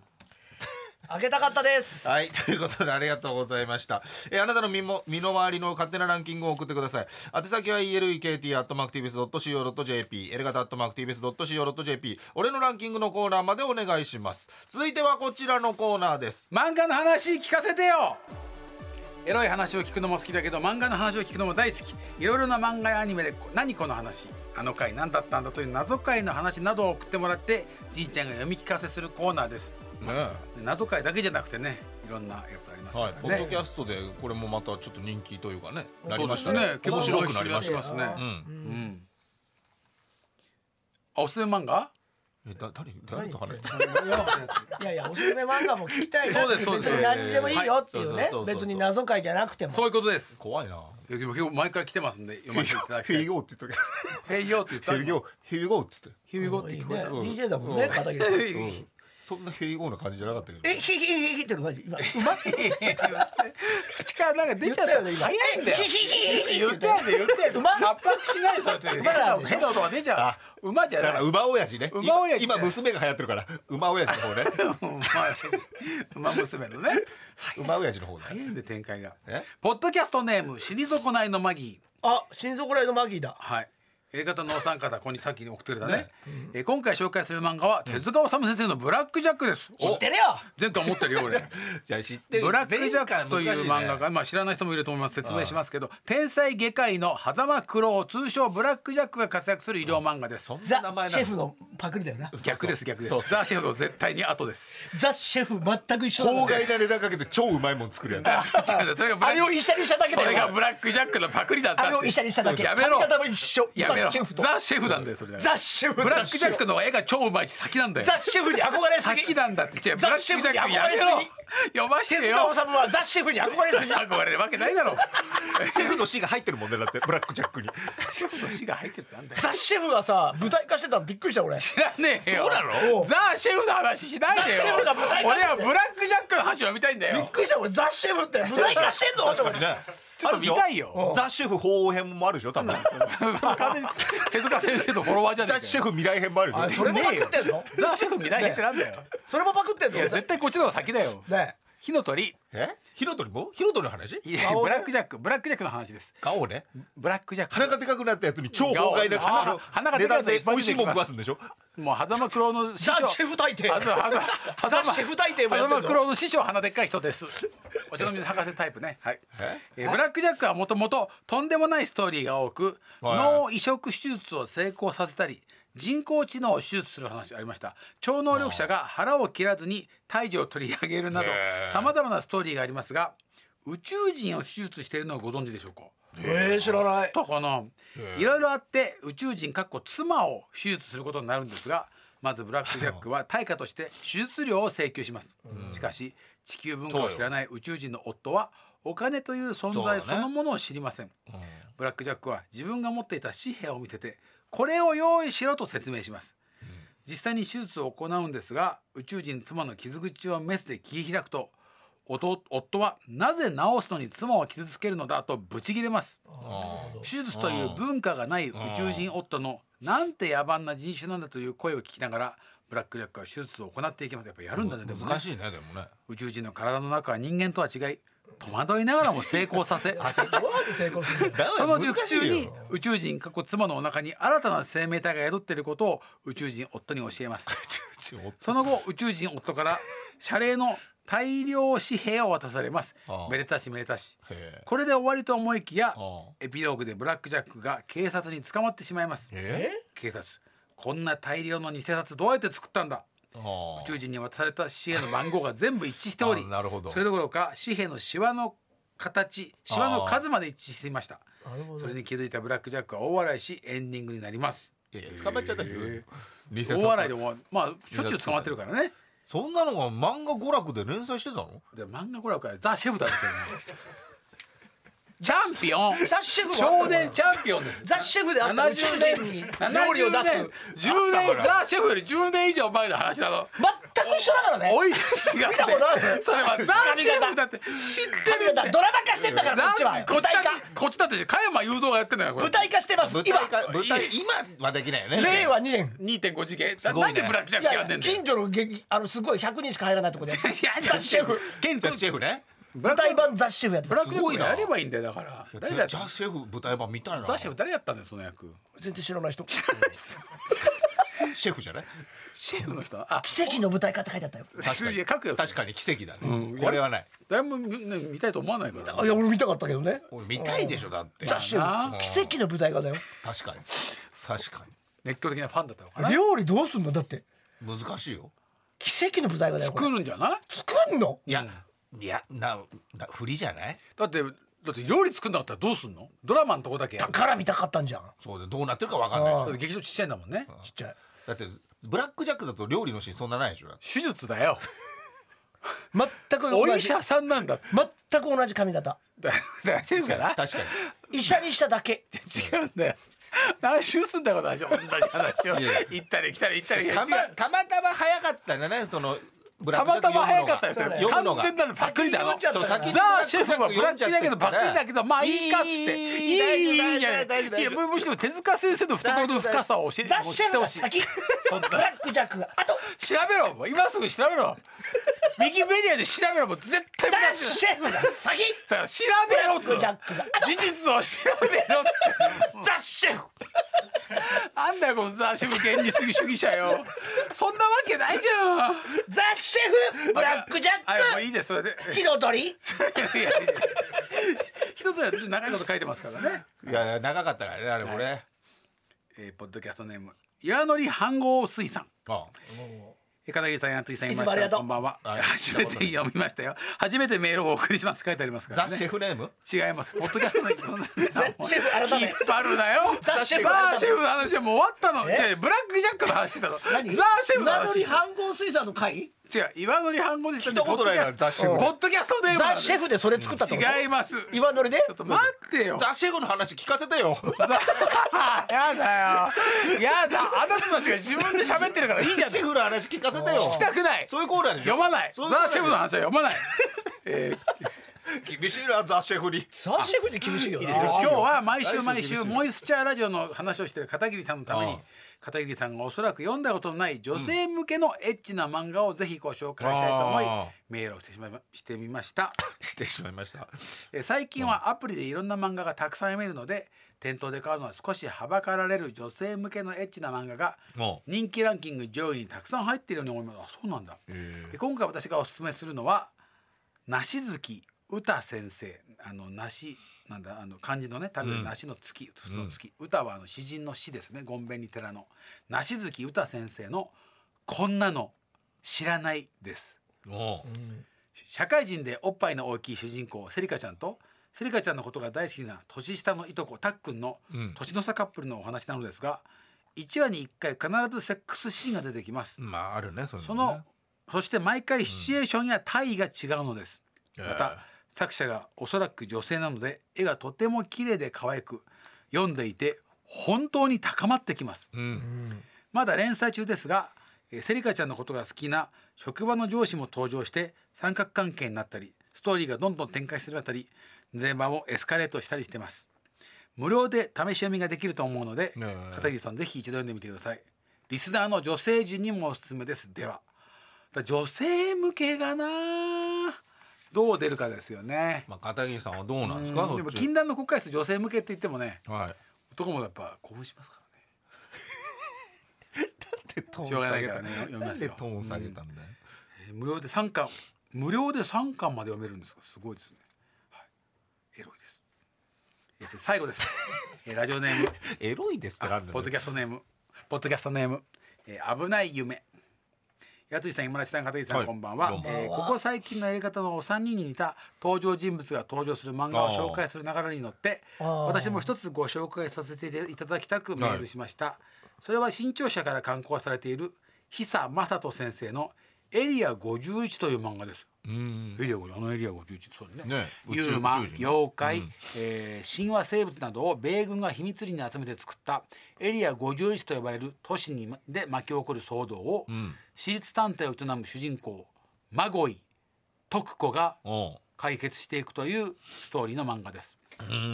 [SPEAKER 2] あげたかったです
[SPEAKER 3] はい、 ということでありがとうございました。えーあなたの身も身の回りの勝手なランキングを送ってください。宛先は elekt.mactvs.co.jp、エレガタ .mactvs.co.jp、俺のランキングのコーナーまでお願いします。続いてはこちらのコーナーです。
[SPEAKER 4] 漫画の話聞かせてよエロい話を聞くのも好きだけど漫画の話を聞くのも大好きいろいろな漫画やアニメでこ「何この話あの回何だったんだ」という謎回の話などを送ってもらってじいちゃんが読み聞かせするコーナーですで謎回だけじゃなくてねいろんなやつありますか
[SPEAKER 3] はい、ポ
[SPEAKER 4] ら
[SPEAKER 3] ッド
[SPEAKER 4] ね、
[SPEAKER 3] キャストでこれもまたちょっと人気というかね、
[SPEAKER 4] そ
[SPEAKER 3] なり
[SPEAKER 4] うで
[SPEAKER 3] まし
[SPEAKER 4] す
[SPEAKER 3] た
[SPEAKER 4] ね
[SPEAKER 3] ね。
[SPEAKER 4] 結構
[SPEAKER 3] 面白くなりま
[SPEAKER 4] 毎週
[SPEAKER 3] し
[SPEAKER 4] や
[SPEAKER 3] た。
[SPEAKER 4] ってます
[SPEAKER 3] う
[SPEAKER 4] ね
[SPEAKER 3] ん。
[SPEAKER 4] うんあおすすめ漫画
[SPEAKER 3] えだ誰誰と話してる
[SPEAKER 2] いやいやおすすめ漫画も聞きたいな
[SPEAKER 4] そうですそう
[SPEAKER 2] 別
[SPEAKER 4] です
[SPEAKER 2] に何でもいいよっていう
[SPEAKER 3] は
[SPEAKER 2] ね
[SPEAKER 3] いそうそうそうそう
[SPEAKER 2] 別に謎解じゃなくても
[SPEAKER 4] そういうことです
[SPEAKER 3] 怖いな。
[SPEAKER 4] いやでも今日毎回来てますんで読ませていた だきたい
[SPEAKER 3] ゴーって言っ
[SPEAKER 4] 「
[SPEAKER 3] た
[SPEAKER 4] へいよ」って言った
[SPEAKER 3] ヘビゴー、ヘビゴーって言っ
[SPEAKER 4] 「へいよ」っ
[SPEAKER 2] い
[SPEAKER 4] て
[SPEAKER 2] いね
[SPEAKER 4] 聞こえた
[SPEAKER 2] DJ だもんね片桐さん
[SPEAKER 3] たよ。うん。そんなヘビゴーな感じじゃなかったけど。
[SPEAKER 2] えヒヒヒヒヒっての何今う まい
[SPEAKER 4] 口からなんか出ちゃったよね今早いんだよ
[SPEAKER 2] ヒヒヒヒヒ
[SPEAKER 4] 言ってやんで言ってやんで
[SPEAKER 2] 馬
[SPEAKER 4] 圧迫しないでそうやって変
[SPEAKER 2] 馬な
[SPEAKER 4] なん
[SPEAKER 2] でしょ
[SPEAKER 4] 変な音が出ちゃう馬じゃ
[SPEAKER 3] だ
[SPEAKER 4] な
[SPEAKER 3] から
[SPEAKER 4] い
[SPEAKER 3] 馬親父ね。
[SPEAKER 4] 馬親父
[SPEAKER 3] 今今娘が流行ってるから馬親父の方ね。
[SPEAKER 4] 馬馬娘のね
[SPEAKER 3] 馬親父の方だ
[SPEAKER 4] 早い
[SPEAKER 3] ね。
[SPEAKER 4] んで展開が
[SPEAKER 3] え
[SPEAKER 4] ポッドキャストネーム死に損ないのマギー
[SPEAKER 2] あ心底らいのマギーだ
[SPEAKER 4] はい A 型のお三方ここにさっき送ってくれたねえー今回紹介する漫画は手塚治虫先生のブラックジャックです
[SPEAKER 2] 知ってるよ
[SPEAKER 4] 前回持ってるよ 俺
[SPEAKER 3] じゃあ知ってる。
[SPEAKER 4] ブラックジャックという
[SPEAKER 3] 前
[SPEAKER 4] 漫画
[SPEAKER 3] 回難しい
[SPEAKER 4] が、
[SPEAKER 3] ね。
[SPEAKER 4] まあ知らない人もいると思います説明しますけど天才外科医の狭間九郎通称ブラックジャックが活躍する医療漫画です、
[SPEAKER 3] そんな
[SPEAKER 2] ザ
[SPEAKER 3] 名前なの
[SPEAKER 2] シェフのパクリだよな
[SPEAKER 4] 逆です逆です
[SPEAKER 3] そう
[SPEAKER 4] ザ・シェフの絶対に後です
[SPEAKER 2] ザ・シェフ全く一緒
[SPEAKER 3] 法
[SPEAKER 2] だ
[SPEAKER 3] 外な値段かけて超うまいもん作るやん
[SPEAKER 4] 違うそれがブ
[SPEAKER 2] あ
[SPEAKER 4] ラ
[SPEAKER 2] れを医者にしただけ
[SPEAKER 4] そ
[SPEAKER 2] だよ
[SPEAKER 4] れがブラックジャックのパクリだった
[SPEAKER 2] あれを医者にしただけ
[SPEAKER 4] やめろ
[SPEAKER 2] 髪型も一緒
[SPEAKER 4] やめろ
[SPEAKER 2] ザシェフと
[SPEAKER 4] ザ・シェフなんだよそれだから
[SPEAKER 2] ザ・シェフ
[SPEAKER 4] ブラックジャックの絵が超うまいし先なんだよ
[SPEAKER 2] ザ・シェフに憧れすぎ
[SPEAKER 4] 先なんだって違うブ
[SPEAKER 2] ザ
[SPEAKER 4] ラックジ
[SPEAKER 2] シ
[SPEAKER 4] ャ
[SPEAKER 2] ェフに
[SPEAKER 4] ック
[SPEAKER 2] 憧
[SPEAKER 4] や
[SPEAKER 2] れ
[SPEAKER 4] め
[SPEAKER 2] す
[SPEAKER 4] ろ読まして
[SPEAKER 2] ぎ
[SPEAKER 4] よ
[SPEAKER 2] 手塚治虫はザ・シェフに憧れすぎ
[SPEAKER 4] 憧れるわけないだろ
[SPEAKER 3] シェフの死が入ってるもんねだってブラックジャックに
[SPEAKER 4] シェフの死が入ってるってなんだよ
[SPEAKER 2] ザ・シェフがさ舞台化してたのびっくりした俺
[SPEAKER 4] 知らねえよ
[SPEAKER 2] そうなの
[SPEAKER 4] ザ・シェフの話しないでよ
[SPEAKER 2] ザシェフが舞台化
[SPEAKER 4] 俺はブラックジャックの話を読みたいんだ
[SPEAKER 2] びっ
[SPEAKER 4] よ
[SPEAKER 2] くりした俺ザ・シェフって舞台化してんのって思って
[SPEAKER 3] ね
[SPEAKER 4] ちょっと見たいよ
[SPEAKER 3] ザ・シェフ法王編もあるでしょ多分
[SPEAKER 4] 手塚先生のフォロワーじゃね
[SPEAKER 3] ザ・
[SPEAKER 4] え
[SPEAKER 3] シェフ未来編もあるでしょ
[SPEAKER 2] あそれもパクってんの
[SPEAKER 4] かよザ・シェフ見ないでってなんだよ
[SPEAKER 2] それもパクってんの
[SPEAKER 4] いや絶対こっちの方が先だよ
[SPEAKER 2] ね
[SPEAKER 4] 火の鳥
[SPEAKER 3] えヒロトにもヒロトの話
[SPEAKER 4] いや
[SPEAKER 2] 顔ね
[SPEAKER 4] ブラックジャックブラックジャックの話です
[SPEAKER 3] 顔ね
[SPEAKER 4] ブラックジャック
[SPEAKER 3] 鼻がでかくなったやつに超法外な
[SPEAKER 4] 顔
[SPEAKER 3] あの
[SPEAKER 4] 鼻がでか
[SPEAKER 3] 値
[SPEAKER 4] いや
[SPEAKER 3] 段
[SPEAKER 4] つはい
[SPEAKER 3] で
[SPEAKER 4] っぱ
[SPEAKER 3] 美
[SPEAKER 4] い
[SPEAKER 3] 味
[SPEAKER 4] 出
[SPEAKER 3] し
[SPEAKER 4] てきます
[SPEAKER 3] いもん食わすんでしょ
[SPEAKER 4] もう狭間九郎の師
[SPEAKER 2] ザ
[SPEAKER 4] 匠・
[SPEAKER 2] シェフ大帝
[SPEAKER 4] あそうは ざはざま
[SPEAKER 2] ザシェフ大帝もやってんの
[SPEAKER 4] はざま九郎の師匠鼻でっかい人です お茶の水博士タイプねはい
[SPEAKER 3] え
[SPEAKER 4] えーブラック・ジャックはもともととんでもないストーリーが多く
[SPEAKER 3] はい
[SPEAKER 4] 脳移植手術を成功させたり人工知能を手術する話ありました超能力者が腹を切らずに胎児を取り上げるなど
[SPEAKER 3] へー
[SPEAKER 4] さまざまなストーリーがありますが宇宙人を手術しているのをご存知でしょうか
[SPEAKER 2] えー知らない
[SPEAKER 4] とこのいろいろあって宇宙人かっこ妻を手術することになるんですがまずブラック・ジャックは対価として手術料を請求します、しかし地球文化を知らない宇宙人の夫はお金という存在
[SPEAKER 3] そ
[SPEAKER 4] そ
[SPEAKER 3] うだね
[SPEAKER 4] のものを知りません、ブラック・ジャックは自分が持っていた紙幣を見せてこれを用意しろと説明します、実際に手術を行うんですが宇宙人妻の傷口をメスで切り開くと夫夫はなぜ治すのに妻を傷つけるのだとブチギレます手術という文化がない宇宙人夫のなんて野蛮な人種なんだという声を聞きながらブラック・ジャックは手術を行っていきますやっぱやるんだねでもね
[SPEAKER 3] 難しいねでもね
[SPEAKER 4] 宇宙人の体の中は人間とは違い戸惑いながらも成功さ せ
[SPEAKER 2] どうやって成功するの
[SPEAKER 4] その術中に宇宙人過去妻のお腹に新たな生命体が宿っていることを宇宙人夫に教え ますその後宇宙人夫から謝礼の大量紙幣を渡されます
[SPEAKER 3] ああ
[SPEAKER 4] めでたしめでたし
[SPEAKER 3] へえ
[SPEAKER 4] これで終わりと思いきや
[SPEAKER 3] ああ
[SPEAKER 4] エピローグでブラック・ジャックが警察に捕まってしまいます
[SPEAKER 3] え
[SPEAKER 4] 警察こんな大量の偽札どうやって作ったんだ
[SPEAKER 3] 宇
[SPEAKER 4] 宇宙人に渡された紙幣の番号が全部一致しており
[SPEAKER 3] あなるほど
[SPEAKER 4] それどころか紙幣のシワの形シワの数まで一致していました
[SPEAKER 2] なるほ
[SPEAKER 4] それに気づいたブラックジャックは大笑いしエンディングになります
[SPEAKER 3] いやいや捕まっちゃったよ
[SPEAKER 4] へ
[SPEAKER 3] 偽
[SPEAKER 4] 大
[SPEAKER 3] 札
[SPEAKER 4] 笑いでもまあしょっちゅう捕まってるからね
[SPEAKER 3] そんなのが漫画娯楽で連載してたの
[SPEAKER 4] で漫画娯楽はザ・シェフだったよねチャンピオン
[SPEAKER 2] ザ・シェフは
[SPEAKER 4] 少年チャンピオンです
[SPEAKER 2] ザ・シェフであった宇宙人に料理を出す全く
[SPEAKER 4] す10年ザ・シェフより10年以上前の話だろ
[SPEAKER 2] 一緒だからね
[SPEAKER 4] おいしが
[SPEAKER 2] 見たことある
[SPEAKER 4] それはザ・シェフだって知ってるって
[SPEAKER 2] ドラマ化してんだからこっちは
[SPEAKER 4] こっ
[SPEAKER 2] 舞
[SPEAKER 4] ち
[SPEAKER 2] 台
[SPEAKER 4] だ
[SPEAKER 2] 化
[SPEAKER 4] ってこっちだって加山雄三がやってんだよこれ
[SPEAKER 2] 舞台化してます
[SPEAKER 3] 舞
[SPEAKER 2] 今
[SPEAKER 3] 台化舞台今はできないよね
[SPEAKER 2] 令和2年
[SPEAKER 4] 2.5次元
[SPEAKER 3] ご
[SPEAKER 4] な
[SPEAKER 3] いね
[SPEAKER 4] んでブラックジャッ
[SPEAKER 2] い
[SPEAKER 4] クやんね
[SPEAKER 2] や
[SPEAKER 4] んだよ
[SPEAKER 2] 近所の劇あのすごい100人しか入らないとこでザ・シェフ
[SPEAKER 4] ケン
[SPEAKER 3] ザシェフね
[SPEAKER 2] 舞台版ザ・シェフやって
[SPEAKER 4] ブ
[SPEAKER 2] た
[SPEAKER 4] ラックジャックやればいいんだよだから誰だ
[SPEAKER 3] ザシェフ舞台版みたいな
[SPEAKER 4] ザシェフ誰やったんだよその役
[SPEAKER 2] 全然知らない人
[SPEAKER 3] シェフじゃない
[SPEAKER 4] シェフの人あ
[SPEAKER 2] 奇跡の舞台化って書いてあったよ
[SPEAKER 3] 確かに
[SPEAKER 4] いや書くよ
[SPEAKER 3] 確かに奇跡だ
[SPEAKER 4] うん
[SPEAKER 3] ねこれはない
[SPEAKER 4] 誰もみね見たいと思わないから
[SPEAKER 2] あいや俺見たかったけどね
[SPEAKER 3] 俺見たいでしょだって
[SPEAKER 2] ザ・
[SPEAKER 3] 確
[SPEAKER 2] シェ
[SPEAKER 4] ま
[SPEAKER 2] フ
[SPEAKER 4] あ
[SPEAKER 2] 奇跡の舞台化だよ
[SPEAKER 3] かに確か
[SPEAKER 4] 熱狂的なファンだったのかな
[SPEAKER 2] 料理どうすんのだって
[SPEAKER 3] に難しいよ
[SPEAKER 2] 奇跡の舞台化だよこ
[SPEAKER 4] 作
[SPEAKER 2] れ
[SPEAKER 4] るんじゃない
[SPEAKER 2] 作んの
[SPEAKER 3] いやいやなな振りじゃない
[SPEAKER 4] だってだって料理作んなかったらどうすんのドラマのとこだけや
[SPEAKER 2] だ
[SPEAKER 4] る
[SPEAKER 2] から見たかったんじゃん
[SPEAKER 3] そうでどうなってるかわかんない
[SPEAKER 4] だって劇場ちっちゃいんだもんね
[SPEAKER 2] ちっちゃい
[SPEAKER 3] だってブラックジャックだと料理のシーンそんなないでしょだって
[SPEAKER 4] 手術だよ
[SPEAKER 2] 全く
[SPEAKER 4] お
[SPEAKER 2] 同
[SPEAKER 4] 医
[SPEAKER 2] じ
[SPEAKER 4] 者さんなんだって
[SPEAKER 2] 全く同じ髪型
[SPEAKER 4] だだからシェフかな
[SPEAKER 3] 確かに
[SPEAKER 2] 医者にしただけ
[SPEAKER 4] 違うんだよ何周すんだこの話同じ話を
[SPEAKER 3] いやいや
[SPEAKER 4] 行ったり来たり行ったり来
[SPEAKER 3] た
[SPEAKER 4] たり
[SPEAKER 3] またまたま早かったんだねそのブラッ
[SPEAKER 4] た
[SPEAKER 3] クジャ
[SPEAKER 4] またま
[SPEAKER 3] ック
[SPEAKER 4] 早かったよ
[SPEAKER 3] 読むの
[SPEAKER 4] 完
[SPEAKER 3] が読むのが
[SPEAKER 4] 全なるパクリだろ
[SPEAKER 2] 先に読んじゃった
[SPEAKER 3] そう先に
[SPEAKER 4] ザ・シェフはブラックだけどパクリだけどまあいいかっつってい
[SPEAKER 3] い
[SPEAKER 4] い
[SPEAKER 3] い
[SPEAKER 4] いいいいいい
[SPEAKER 3] 大
[SPEAKER 4] い
[SPEAKER 3] 丈夫大丈夫大丈夫
[SPEAKER 4] やいやむむしろ手塚先生の懐の深さを教えて
[SPEAKER 2] ザ・
[SPEAKER 4] ほし
[SPEAKER 2] シェフが
[SPEAKER 4] い
[SPEAKER 2] 先ブラック・ジャックが後
[SPEAKER 4] 調べろもう今すぐ調べろウィキメディアで調べろもう絶対ブラッ
[SPEAKER 2] ザ・
[SPEAKER 4] ク
[SPEAKER 2] シェフが先
[SPEAKER 4] だから調
[SPEAKER 2] ブ
[SPEAKER 4] べ
[SPEAKER 2] ラ
[SPEAKER 4] ろ
[SPEAKER 2] ッ
[SPEAKER 4] っつう
[SPEAKER 2] ク・
[SPEAKER 4] の
[SPEAKER 2] ジャックが後
[SPEAKER 4] 事実を調べろっつってザ・シェフなんだよこのザ・シェフ原理主義主義者よそんなわけないじゃん
[SPEAKER 2] ザ・シェフブラック・ジャ
[SPEAKER 4] あもう
[SPEAKER 2] ッ
[SPEAKER 4] いいですそれで
[SPEAKER 2] ク火の鳥
[SPEAKER 4] いやいやいや一つは長いこと書いてますからね、
[SPEAKER 3] いや長かったからねあれもね
[SPEAKER 4] えー、ポッドキャストネーム岩のり飯合水産
[SPEAKER 3] あ
[SPEAKER 4] 片桐さんやついさんいま
[SPEAKER 2] いつもあ
[SPEAKER 4] し
[SPEAKER 2] りが
[SPEAKER 4] た
[SPEAKER 2] とう
[SPEAKER 4] こんばんは
[SPEAKER 3] あ
[SPEAKER 4] 初めて読みましたよ初めてメールをお送りします書いてありますか
[SPEAKER 3] ザ・
[SPEAKER 4] ら
[SPEAKER 3] シェ
[SPEAKER 4] ね
[SPEAKER 3] フネーム
[SPEAKER 4] 違いますホットキャスト の
[SPEAKER 2] シェフ改め
[SPEAKER 4] 引っ張るなよ
[SPEAKER 2] ザ
[SPEAKER 4] ザ・
[SPEAKER 2] シ
[SPEAKER 4] シ
[SPEAKER 2] ェフ
[SPEAKER 4] ェフ
[SPEAKER 2] 改め
[SPEAKER 4] の話はもう終わったの
[SPEAKER 2] え
[SPEAKER 4] 違うブラックジャックの話してたのザ・
[SPEAKER 2] 何
[SPEAKER 4] シェフの
[SPEAKER 2] なの
[SPEAKER 4] 話
[SPEAKER 2] に
[SPEAKER 4] した
[SPEAKER 2] 飯合水産の会
[SPEAKER 4] 違う岩のり飯合水産って
[SPEAKER 3] 聞いたことないな
[SPEAKER 4] ポッドキャスト
[SPEAKER 3] ザシェフ
[SPEAKER 4] ポッドキャストネームな
[SPEAKER 2] ザ・
[SPEAKER 4] の
[SPEAKER 2] シェフでそれ作ったってこと
[SPEAKER 4] 違いますち
[SPEAKER 2] 岩乗りで
[SPEAKER 4] ょっと待ってよ
[SPEAKER 3] ザ・シェフの話聞かせてよ
[SPEAKER 4] やだよやだあなたたちが自分で喋ってるからいいじゃん
[SPEAKER 3] ザ・シェフの話聞かせてよ聞
[SPEAKER 4] 聞きたくない
[SPEAKER 3] そういうコーナーでしょ
[SPEAKER 4] 読まない
[SPEAKER 3] そういうこと
[SPEAKER 4] ザ・シェフの話は読まないえー
[SPEAKER 3] 厳しいなザ・シェフに
[SPEAKER 2] ザ・シェフで厳しいよな
[SPEAKER 4] 今日は毎週毎
[SPEAKER 3] 来週
[SPEAKER 4] 週
[SPEAKER 3] 厳しい
[SPEAKER 4] モイスチャーラジオの話をしてる片桐さんのため
[SPEAKER 3] あ
[SPEAKER 4] に
[SPEAKER 3] あ
[SPEAKER 4] 片桐さんがおそらく読んだことのない女性向けのエッチな漫画をぜひご紹介したいと思い
[SPEAKER 3] ああ
[SPEAKER 4] メールをしてしまいましてみました
[SPEAKER 3] してしまいました
[SPEAKER 4] えー最近はアプリでいろんな漫画がたくさん読めるので店頭で買うのは少しはばかられる女性向けのエッチな漫画が
[SPEAKER 3] も
[SPEAKER 4] 人気ランキング上位にたくさん入っているように思いますあそうなんだ
[SPEAKER 3] う
[SPEAKER 4] で今回私がおすすめするのは梨月歌先生あの梨なんだあの漢字のね食べる梨の月、その月、歌はあの詩人の詩ですね権弁に寺の梨月歌先生のこんなの知らないです
[SPEAKER 3] もう
[SPEAKER 4] 社会人でおっぱいの大きい主人公セリカちゃんとセリカちゃんのことが大好きな年下のいとこたっくんの
[SPEAKER 3] うん
[SPEAKER 4] 年の差カップルのお話なのですが1話に1回必ずセックスシーンが出てきます、
[SPEAKER 3] まああるねそ
[SPEAKER 4] そのそして毎回シチュエーションや体位が違うのです、
[SPEAKER 3] ええ
[SPEAKER 4] また作者がおそらく女性なので絵がとても綺麗で可愛く読んでいて本当に高まってきます
[SPEAKER 3] うん
[SPEAKER 4] まだ連載中ですが、えーセリカちゃんのことが好きな職場の上司も登場して三角関係になったりストーリーがどんどん展開するあたり濡れ場もエスカレートしたりしてます無料で試し読みができると思うので
[SPEAKER 3] ねえ
[SPEAKER 4] 片桐さんぜひ一度読んでみてくださいリスナーの女性陣にもおすすめですではだ女性向けがなどう出るかですよね
[SPEAKER 3] まあ片桐さんはどうなんです
[SPEAKER 4] う
[SPEAKER 3] か
[SPEAKER 4] ん
[SPEAKER 3] そ
[SPEAKER 4] で
[SPEAKER 3] っ
[SPEAKER 4] も
[SPEAKER 3] ち
[SPEAKER 4] 禁断の国会室女性向けって言ってもね
[SPEAKER 3] はい
[SPEAKER 4] 男もやっぱ興奮しますからね
[SPEAKER 3] ト
[SPEAKER 4] しょうがないからね読みますよ
[SPEAKER 3] なんでトーン下げたんだよ
[SPEAKER 4] えー無料で三巻無料で三巻まで読めるんですかすごいですね、はい、エロいですえーそれ最後ですえーラジオネーム
[SPEAKER 3] エロいですってなんだ
[SPEAKER 4] ポッドキャストネームポッドキャストネーム、えー危ない夢やついさん今村さん片桐さん、
[SPEAKER 3] はい
[SPEAKER 4] こんばんは
[SPEAKER 3] どうも
[SPEAKER 4] えーここ最近のやり方のお三人に似た登場人物が登場する漫画を
[SPEAKER 3] あー
[SPEAKER 4] 紹介する流れに乗って
[SPEAKER 2] あー
[SPEAKER 4] 私も一つご紹介させていただきたくメールしました、それは新潮社から刊行されている久正人先生のエリア51という漫画です
[SPEAKER 3] うん
[SPEAKER 4] エリア50あのエリア51そうだね
[SPEAKER 3] ね宇宙
[SPEAKER 4] ユーマ
[SPEAKER 3] 宇宙人
[SPEAKER 4] 妖怪、えー神話生物などを米軍が秘密裏に集めて作ったエリア51と呼ばれる都市にまで巻き起こる騒動を、
[SPEAKER 3] ん
[SPEAKER 4] 私立探偵を営む主人公マゴイ徳子が
[SPEAKER 3] おう
[SPEAKER 4] 解決していくというストーリーの漫画です。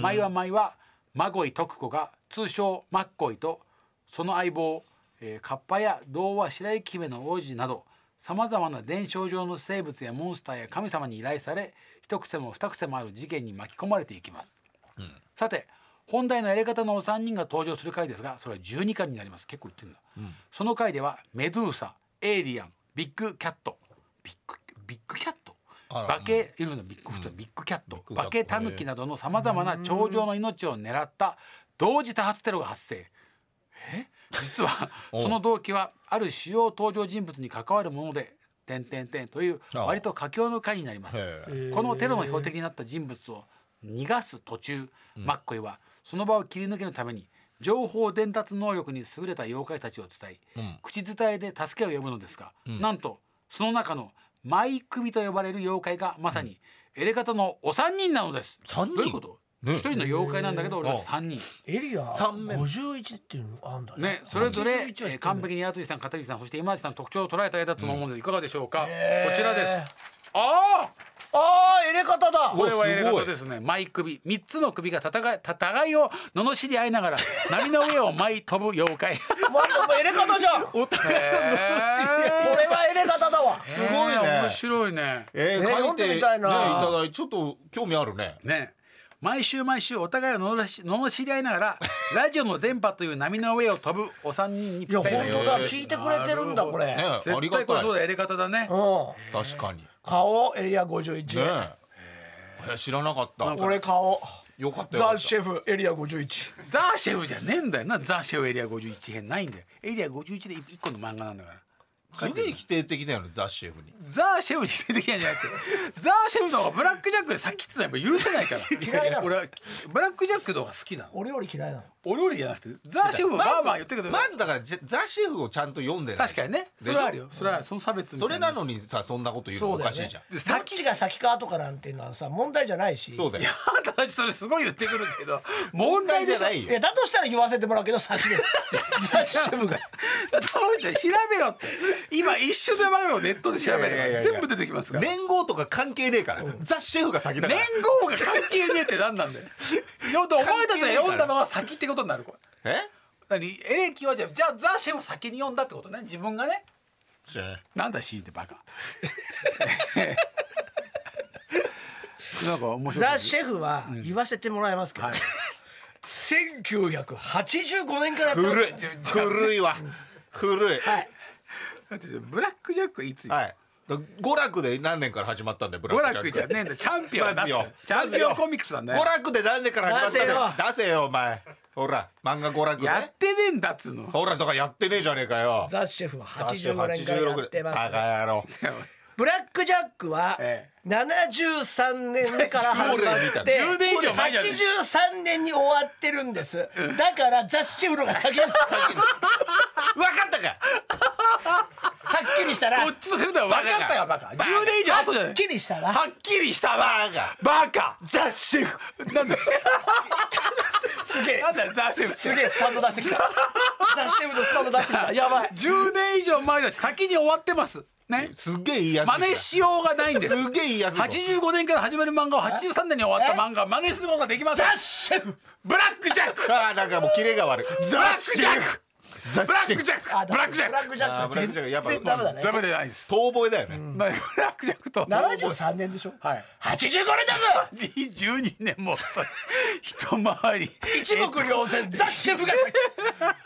[SPEAKER 4] 毎は毎はマゴイ徳子が通称マッコイとその相棒、えーカッパや童話白雪姫の王子などさまざまな伝承上の生物やモンスターや神様に依頼され一癖も二癖もある事件に巻き込まれていきます。さて本題のやり方のお三人が登場する回ですがそれは12巻になります結構言ってるんだ、その回ではメドゥーサエイリアンビッグキャットビッグビッグキャット
[SPEAKER 3] あら
[SPEAKER 4] バケいるのビッグフットビッグキャット
[SPEAKER 3] グキャット
[SPEAKER 4] バケタヌキなどのさまざまな頂上の命を狙った同時多発テロが発生実は
[SPEAKER 3] おう
[SPEAKER 4] その動機はある主要登場人物に関わるもので「点点点」という
[SPEAKER 3] ああ
[SPEAKER 4] 割と佳境の回になります
[SPEAKER 3] へえ
[SPEAKER 4] このテロの標的になった人物を逃がす途中、マッコイはその場を切り抜けるために情報伝達能力に優れた妖怪たちを伝え、
[SPEAKER 3] うん
[SPEAKER 4] 口伝えで助けを呼ぶのですが、なんとその中のマイクビと呼ばれる妖怪がまさにエレガタのお三人なのです。
[SPEAKER 3] 三人
[SPEAKER 4] どういうこと？一、
[SPEAKER 3] ね
[SPEAKER 4] 人の妖怪なんだけど俺は三人。
[SPEAKER 2] エリア
[SPEAKER 3] 三面
[SPEAKER 2] 51っていうのがあるんだね
[SPEAKER 4] ね、それぞれ、え
[SPEAKER 2] 51は知ってんだ
[SPEAKER 4] ー完璧に厚井さん、片桐さん、そして今内さんの特徴を捉えた絵だと思うのでいかがでしょうか。こちらです。ああ。
[SPEAKER 2] あーエレカタだ
[SPEAKER 4] これは
[SPEAKER 3] すごい
[SPEAKER 4] エレガタですね。舞首、三つの首が戦い、戦いを罵り合い ながら、波の上を舞い飛ぶ妖怪。
[SPEAKER 2] まあもうエレカタじゃんこ
[SPEAKER 3] お互いの
[SPEAKER 2] れ
[SPEAKER 4] え
[SPEAKER 2] はエレカタだわ
[SPEAKER 3] すごいね
[SPEAKER 4] 面白いね。
[SPEAKER 3] え
[SPEAKER 2] ね
[SPEAKER 3] ー、書
[SPEAKER 2] 読
[SPEAKER 3] い
[SPEAKER 2] んで
[SPEAKER 3] て
[SPEAKER 2] みたいな
[SPEAKER 3] ねいただいてちょっと興味あるね。
[SPEAKER 4] ね。毎週毎週お互いを罵し罵り合いなが らラジオの電波という波の上を飛ぶお三人に
[SPEAKER 2] い
[SPEAKER 4] ぴ
[SPEAKER 2] や
[SPEAKER 4] っ
[SPEAKER 2] 本
[SPEAKER 4] たりだ
[SPEAKER 2] 当
[SPEAKER 4] よ
[SPEAKER 2] だ聞いてくれてるんだ
[SPEAKER 4] なるほど
[SPEAKER 2] これ
[SPEAKER 3] ね、あり
[SPEAKER 4] 絶対
[SPEAKER 3] が
[SPEAKER 4] これ
[SPEAKER 3] たい
[SPEAKER 4] そう。だエレガタだね
[SPEAKER 2] うん
[SPEAKER 3] 確かに。ね
[SPEAKER 2] 顔エリア51
[SPEAKER 3] え。えー知らなかった。
[SPEAKER 4] なんか
[SPEAKER 2] 俺顔
[SPEAKER 3] よかったよか
[SPEAKER 2] ザ・
[SPEAKER 3] った
[SPEAKER 2] シェフエリア51
[SPEAKER 4] ザーシェフじゃねえんだよなザーシェフエリア51編ないんだよエリア51で一個の漫画なんだから
[SPEAKER 3] すげえ否定的だよねザ・シェフに
[SPEAKER 4] ザーシェフに出てきたんじゃなく てザーシェフの方がブラックジャックでさっき言ってたのやっぱ許せないから
[SPEAKER 2] 嫌いなの
[SPEAKER 4] 俺はブラックジャックの方が好きなの
[SPEAKER 2] 俺より嫌いなの
[SPEAKER 4] お料理じゃなくてザーシェフがバーバー言ってくる
[SPEAKER 3] まずだからじゃザ・シェフをちゃんと読んでない
[SPEAKER 4] 確かにねそ
[SPEAKER 3] でしょ
[SPEAKER 4] れはあるよそれはその差別みた
[SPEAKER 3] そ
[SPEAKER 4] いな
[SPEAKER 3] れ なのにさそんなこと言うの
[SPEAKER 2] そ
[SPEAKER 3] お
[SPEAKER 2] うだよ
[SPEAKER 3] か
[SPEAKER 2] ね
[SPEAKER 3] しいじゃん
[SPEAKER 4] で
[SPEAKER 2] ど
[SPEAKER 4] さ
[SPEAKER 2] っ
[SPEAKER 4] っき
[SPEAKER 2] ちが先か後かなんていうのはさ問題じゃないし
[SPEAKER 3] そうだ
[SPEAKER 4] い
[SPEAKER 3] よ
[SPEAKER 4] やあなたたちそれすごい言ってくるけど問題でしょ
[SPEAKER 3] 問題じゃないよ
[SPEAKER 2] いやだとしたら言わせてもらうけど先です ザ・シェフが
[SPEAKER 4] 頼むんだよ調べろって今一瞬でマグロをネットで調べ
[SPEAKER 3] いやいやい
[SPEAKER 4] れば
[SPEAKER 3] やいや
[SPEAKER 4] 全部出てきますから
[SPEAKER 3] 年号とか関係ねえから、ザ・シェフが先だか
[SPEAKER 4] 年
[SPEAKER 3] ら
[SPEAKER 4] 号が関係ねえって何なんだよ読んだお前たちが読んだのは先ってことになるこれ
[SPEAKER 3] え
[SPEAKER 4] 何エレキはじゃあじゃあザ・シェフ先に読んだってことね自分がね
[SPEAKER 3] 知らない
[SPEAKER 4] なんだシーンって バカなんか面白い
[SPEAKER 2] ザ・シェフは言わせてもらいますけど、
[SPEAKER 4] はい
[SPEAKER 2] 1985年からやってます
[SPEAKER 3] 古い古いわ古い
[SPEAKER 2] はい
[SPEAKER 4] だってブラックジャックはいつよ
[SPEAKER 3] はいだ娯楽で何年から始まったんだよブラ
[SPEAKER 4] 娯
[SPEAKER 3] ック
[SPEAKER 4] 楽
[SPEAKER 3] ジ
[SPEAKER 4] じ
[SPEAKER 3] ャ
[SPEAKER 4] ゃ
[SPEAKER 3] ッ
[SPEAKER 4] ねえんだよチャンピオンだっ
[SPEAKER 3] まず
[SPEAKER 4] て
[SPEAKER 3] よ
[SPEAKER 4] チャンピオンコミックスなんだよ
[SPEAKER 3] 娯楽で何年から始まったんだよ
[SPEAKER 2] 出
[SPEAKER 3] 出せよお前ほら漫画娯楽
[SPEAKER 4] やっ
[SPEAKER 3] ね
[SPEAKER 4] てねえんだっつうの
[SPEAKER 3] ほらとからやってねえじゃねえかよ
[SPEAKER 2] ザ・シェフは
[SPEAKER 3] ザシェフ
[SPEAKER 2] 85年からやってます
[SPEAKER 3] バカ野 郎
[SPEAKER 2] ブラックジャックは
[SPEAKER 4] え
[SPEAKER 2] 73年目から始まって
[SPEAKER 4] 10年以上前じゃない
[SPEAKER 2] 83年に終わってるんですだからザ・シェフのが先ですは
[SPEAKER 3] 先に分かったか
[SPEAKER 2] っきりしたら
[SPEAKER 4] こ
[SPEAKER 2] は
[SPEAKER 4] っちのセブンだ分かったよバカ10年以上後じゃない
[SPEAKER 2] っきりしたら
[SPEAKER 4] はっきりしたわバ
[SPEAKER 3] バカ
[SPEAKER 4] カザ・シェフ なんだよ
[SPEAKER 2] すげえ
[SPEAKER 4] なんだよザ・シェフって
[SPEAKER 2] すげえスタンド出してきたザ・シェフのスタンド出してきたやばい
[SPEAKER 4] 10年以上前だし先に終わってますね
[SPEAKER 3] すっげえいいやつ
[SPEAKER 4] 真似しようがないんです
[SPEAKER 3] すげえいいやつ
[SPEAKER 4] 85年から始まる漫画を83年に終わった漫画を真似することができません
[SPEAKER 2] ザ・シェフ
[SPEAKER 4] ブラックジャック
[SPEAKER 3] ああなんかもうキレが悪い
[SPEAKER 4] ブラックジャック
[SPEAKER 3] ザ
[SPEAKER 4] ブラックジ
[SPEAKER 3] ャッ
[SPEAKER 4] ャックブラックジャッ
[SPEAKER 2] ブラッ
[SPEAKER 4] ク
[SPEAKER 2] クジャ
[SPEAKER 3] あ
[SPEAKER 2] ッ
[SPEAKER 3] ー
[SPEAKER 2] ク
[SPEAKER 3] ブラックジャックやっぱ
[SPEAKER 2] 全然ダメだね
[SPEAKER 4] ダメでないです
[SPEAKER 3] 遠吠えだよね
[SPEAKER 4] まあブラックジャックと
[SPEAKER 2] 73年でしょ
[SPEAKER 4] はい
[SPEAKER 2] 85年だぞ
[SPEAKER 4] 12年も遅い一回り
[SPEAKER 2] 一目瞭然ザ・シェフが先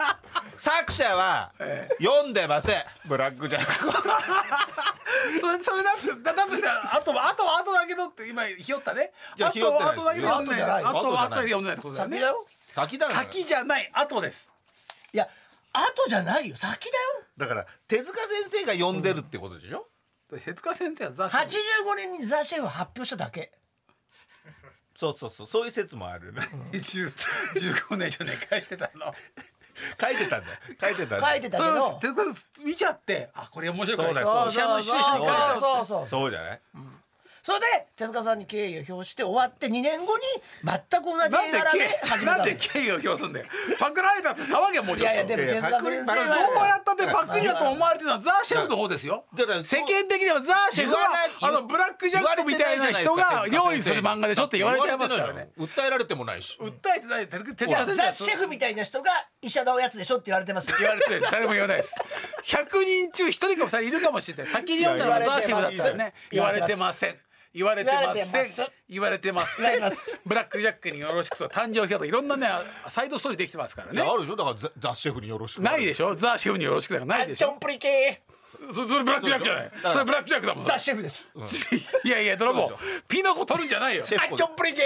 [SPEAKER 3] 作者は読んでませんブラックジャック
[SPEAKER 4] それそれだってだだとしたらあとはあとはあとだけどって今ひよったね
[SPEAKER 3] じゃあ
[SPEAKER 4] あとはあとだけ
[SPEAKER 3] ひ
[SPEAKER 4] ど
[SPEAKER 3] よって
[SPEAKER 4] 読ん
[SPEAKER 3] ないです
[SPEAKER 4] で
[SPEAKER 3] よ
[SPEAKER 4] ないあとはあ
[SPEAKER 3] 後じ
[SPEAKER 4] と
[SPEAKER 3] ゃない
[SPEAKER 4] だけ読んでないってことだよ
[SPEAKER 2] 先
[SPEAKER 4] ね
[SPEAKER 2] だよ
[SPEAKER 3] 先だろ
[SPEAKER 4] 先じゃない後です
[SPEAKER 2] いや後じゃないよ先だよ
[SPEAKER 3] だから手塚先生が読んでるってことでしょ
[SPEAKER 4] 手塚先生は雑誌
[SPEAKER 2] 85年にザ・シェフを発表しただけ
[SPEAKER 3] そうそうそうそういう説もあるね
[SPEAKER 4] 10 15年以上寝かしてたの
[SPEAKER 3] 書いてたんだよ書いてたんだ
[SPEAKER 2] 書
[SPEAKER 3] よ
[SPEAKER 2] いてた
[SPEAKER 4] そ
[SPEAKER 2] け
[SPEAKER 4] れ
[SPEAKER 2] ど
[SPEAKER 4] を手塚さん見ちゃってあこれ面白い
[SPEAKER 3] そうだよ
[SPEAKER 4] これ
[SPEAKER 3] そう
[SPEAKER 4] 医者の一緒に書いちゃおうっ
[SPEAKER 2] そうそ
[SPEAKER 4] て
[SPEAKER 2] うそう
[SPEAKER 3] そうじゃない
[SPEAKER 2] それで手塚さんに敬意を表して終わって2年後に全く同じ
[SPEAKER 4] なん
[SPEAKER 2] 絵
[SPEAKER 4] で
[SPEAKER 2] 柄で
[SPEAKER 4] 敬
[SPEAKER 2] 始
[SPEAKER 4] 意
[SPEAKER 2] め
[SPEAKER 4] なん
[SPEAKER 2] た
[SPEAKER 4] で敬意を表すんだよパクられたって騒げもう
[SPEAKER 2] い
[SPEAKER 4] ちょっ
[SPEAKER 2] やい
[SPEAKER 4] と
[SPEAKER 2] やでも手塚先生
[SPEAKER 3] いやいやパクリ
[SPEAKER 4] どうや
[SPEAKER 2] は
[SPEAKER 4] ったってパクリだと思われてるのはザ・シェフの方ですよ
[SPEAKER 3] だから
[SPEAKER 4] 世間的にはザ・シェフはあ
[SPEAKER 3] 言わない
[SPEAKER 4] のブラック・ジャックみたいな人が用意する漫画でしょって言われちゃいますからね
[SPEAKER 3] 訴えられてもないし
[SPEAKER 4] 訴えてない手塚手塚先生
[SPEAKER 2] ザ・
[SPEAKER 4] は
[SPEAKER 2] シェフみたいな人が医者のやつでしょって言われてますよ
[SPEAKER 4] 言われてないです誰も言わないです100人中1人か2人いるかもしれない先に読んだらザ・シェフだったらね言
[SPEAKER 2] 言
[SPEAKER 4] わ
[SPEAKER 2] わ
[SPEAKER 4] れ
[SPEAKER 2] れ
[SPEAKER 4] て
[SPEAKER 2] て
[SPEAKER 4] ま
[SPEAKER 2] ま
[SPEAKER 4] せん言われてません言われてま
[SPEAKER 2] 言われ
[SPEAKER 4] せん
[SPEAKER 2] てます
[SPEAKER 4] ブラック・ジャックによろしくと誕生表とかいろんなねサイドストーリーできてますから
[SPEAKER 3] いや
[SPEAKER 4] ね
[SPEAKER 3] あるでしょだからザザ・シェフによろしく
[SPEAKER 4] ないでしょザ・シェフによろしくだからないでし
[SPEAKER 2] ちょ
[SPEAKER 4] ょ
[SPEAKER 2] んぷり系
[SPEAKER 4] そそれブラックジャックじゃない
[SPEAKER 3] だから
[SPEAKER 4] それブラックジャックだもん
[SPEAKER 2] ザ・シェフです
[SPEAKER 4] いやいや泥棒ピノコ取るんじゃないよシ
[SPEAKER 3] シェフ
[SPEAKER 2] あ
[SPEAKER 3] コ
[SPEAKER 2] ちょんぷり系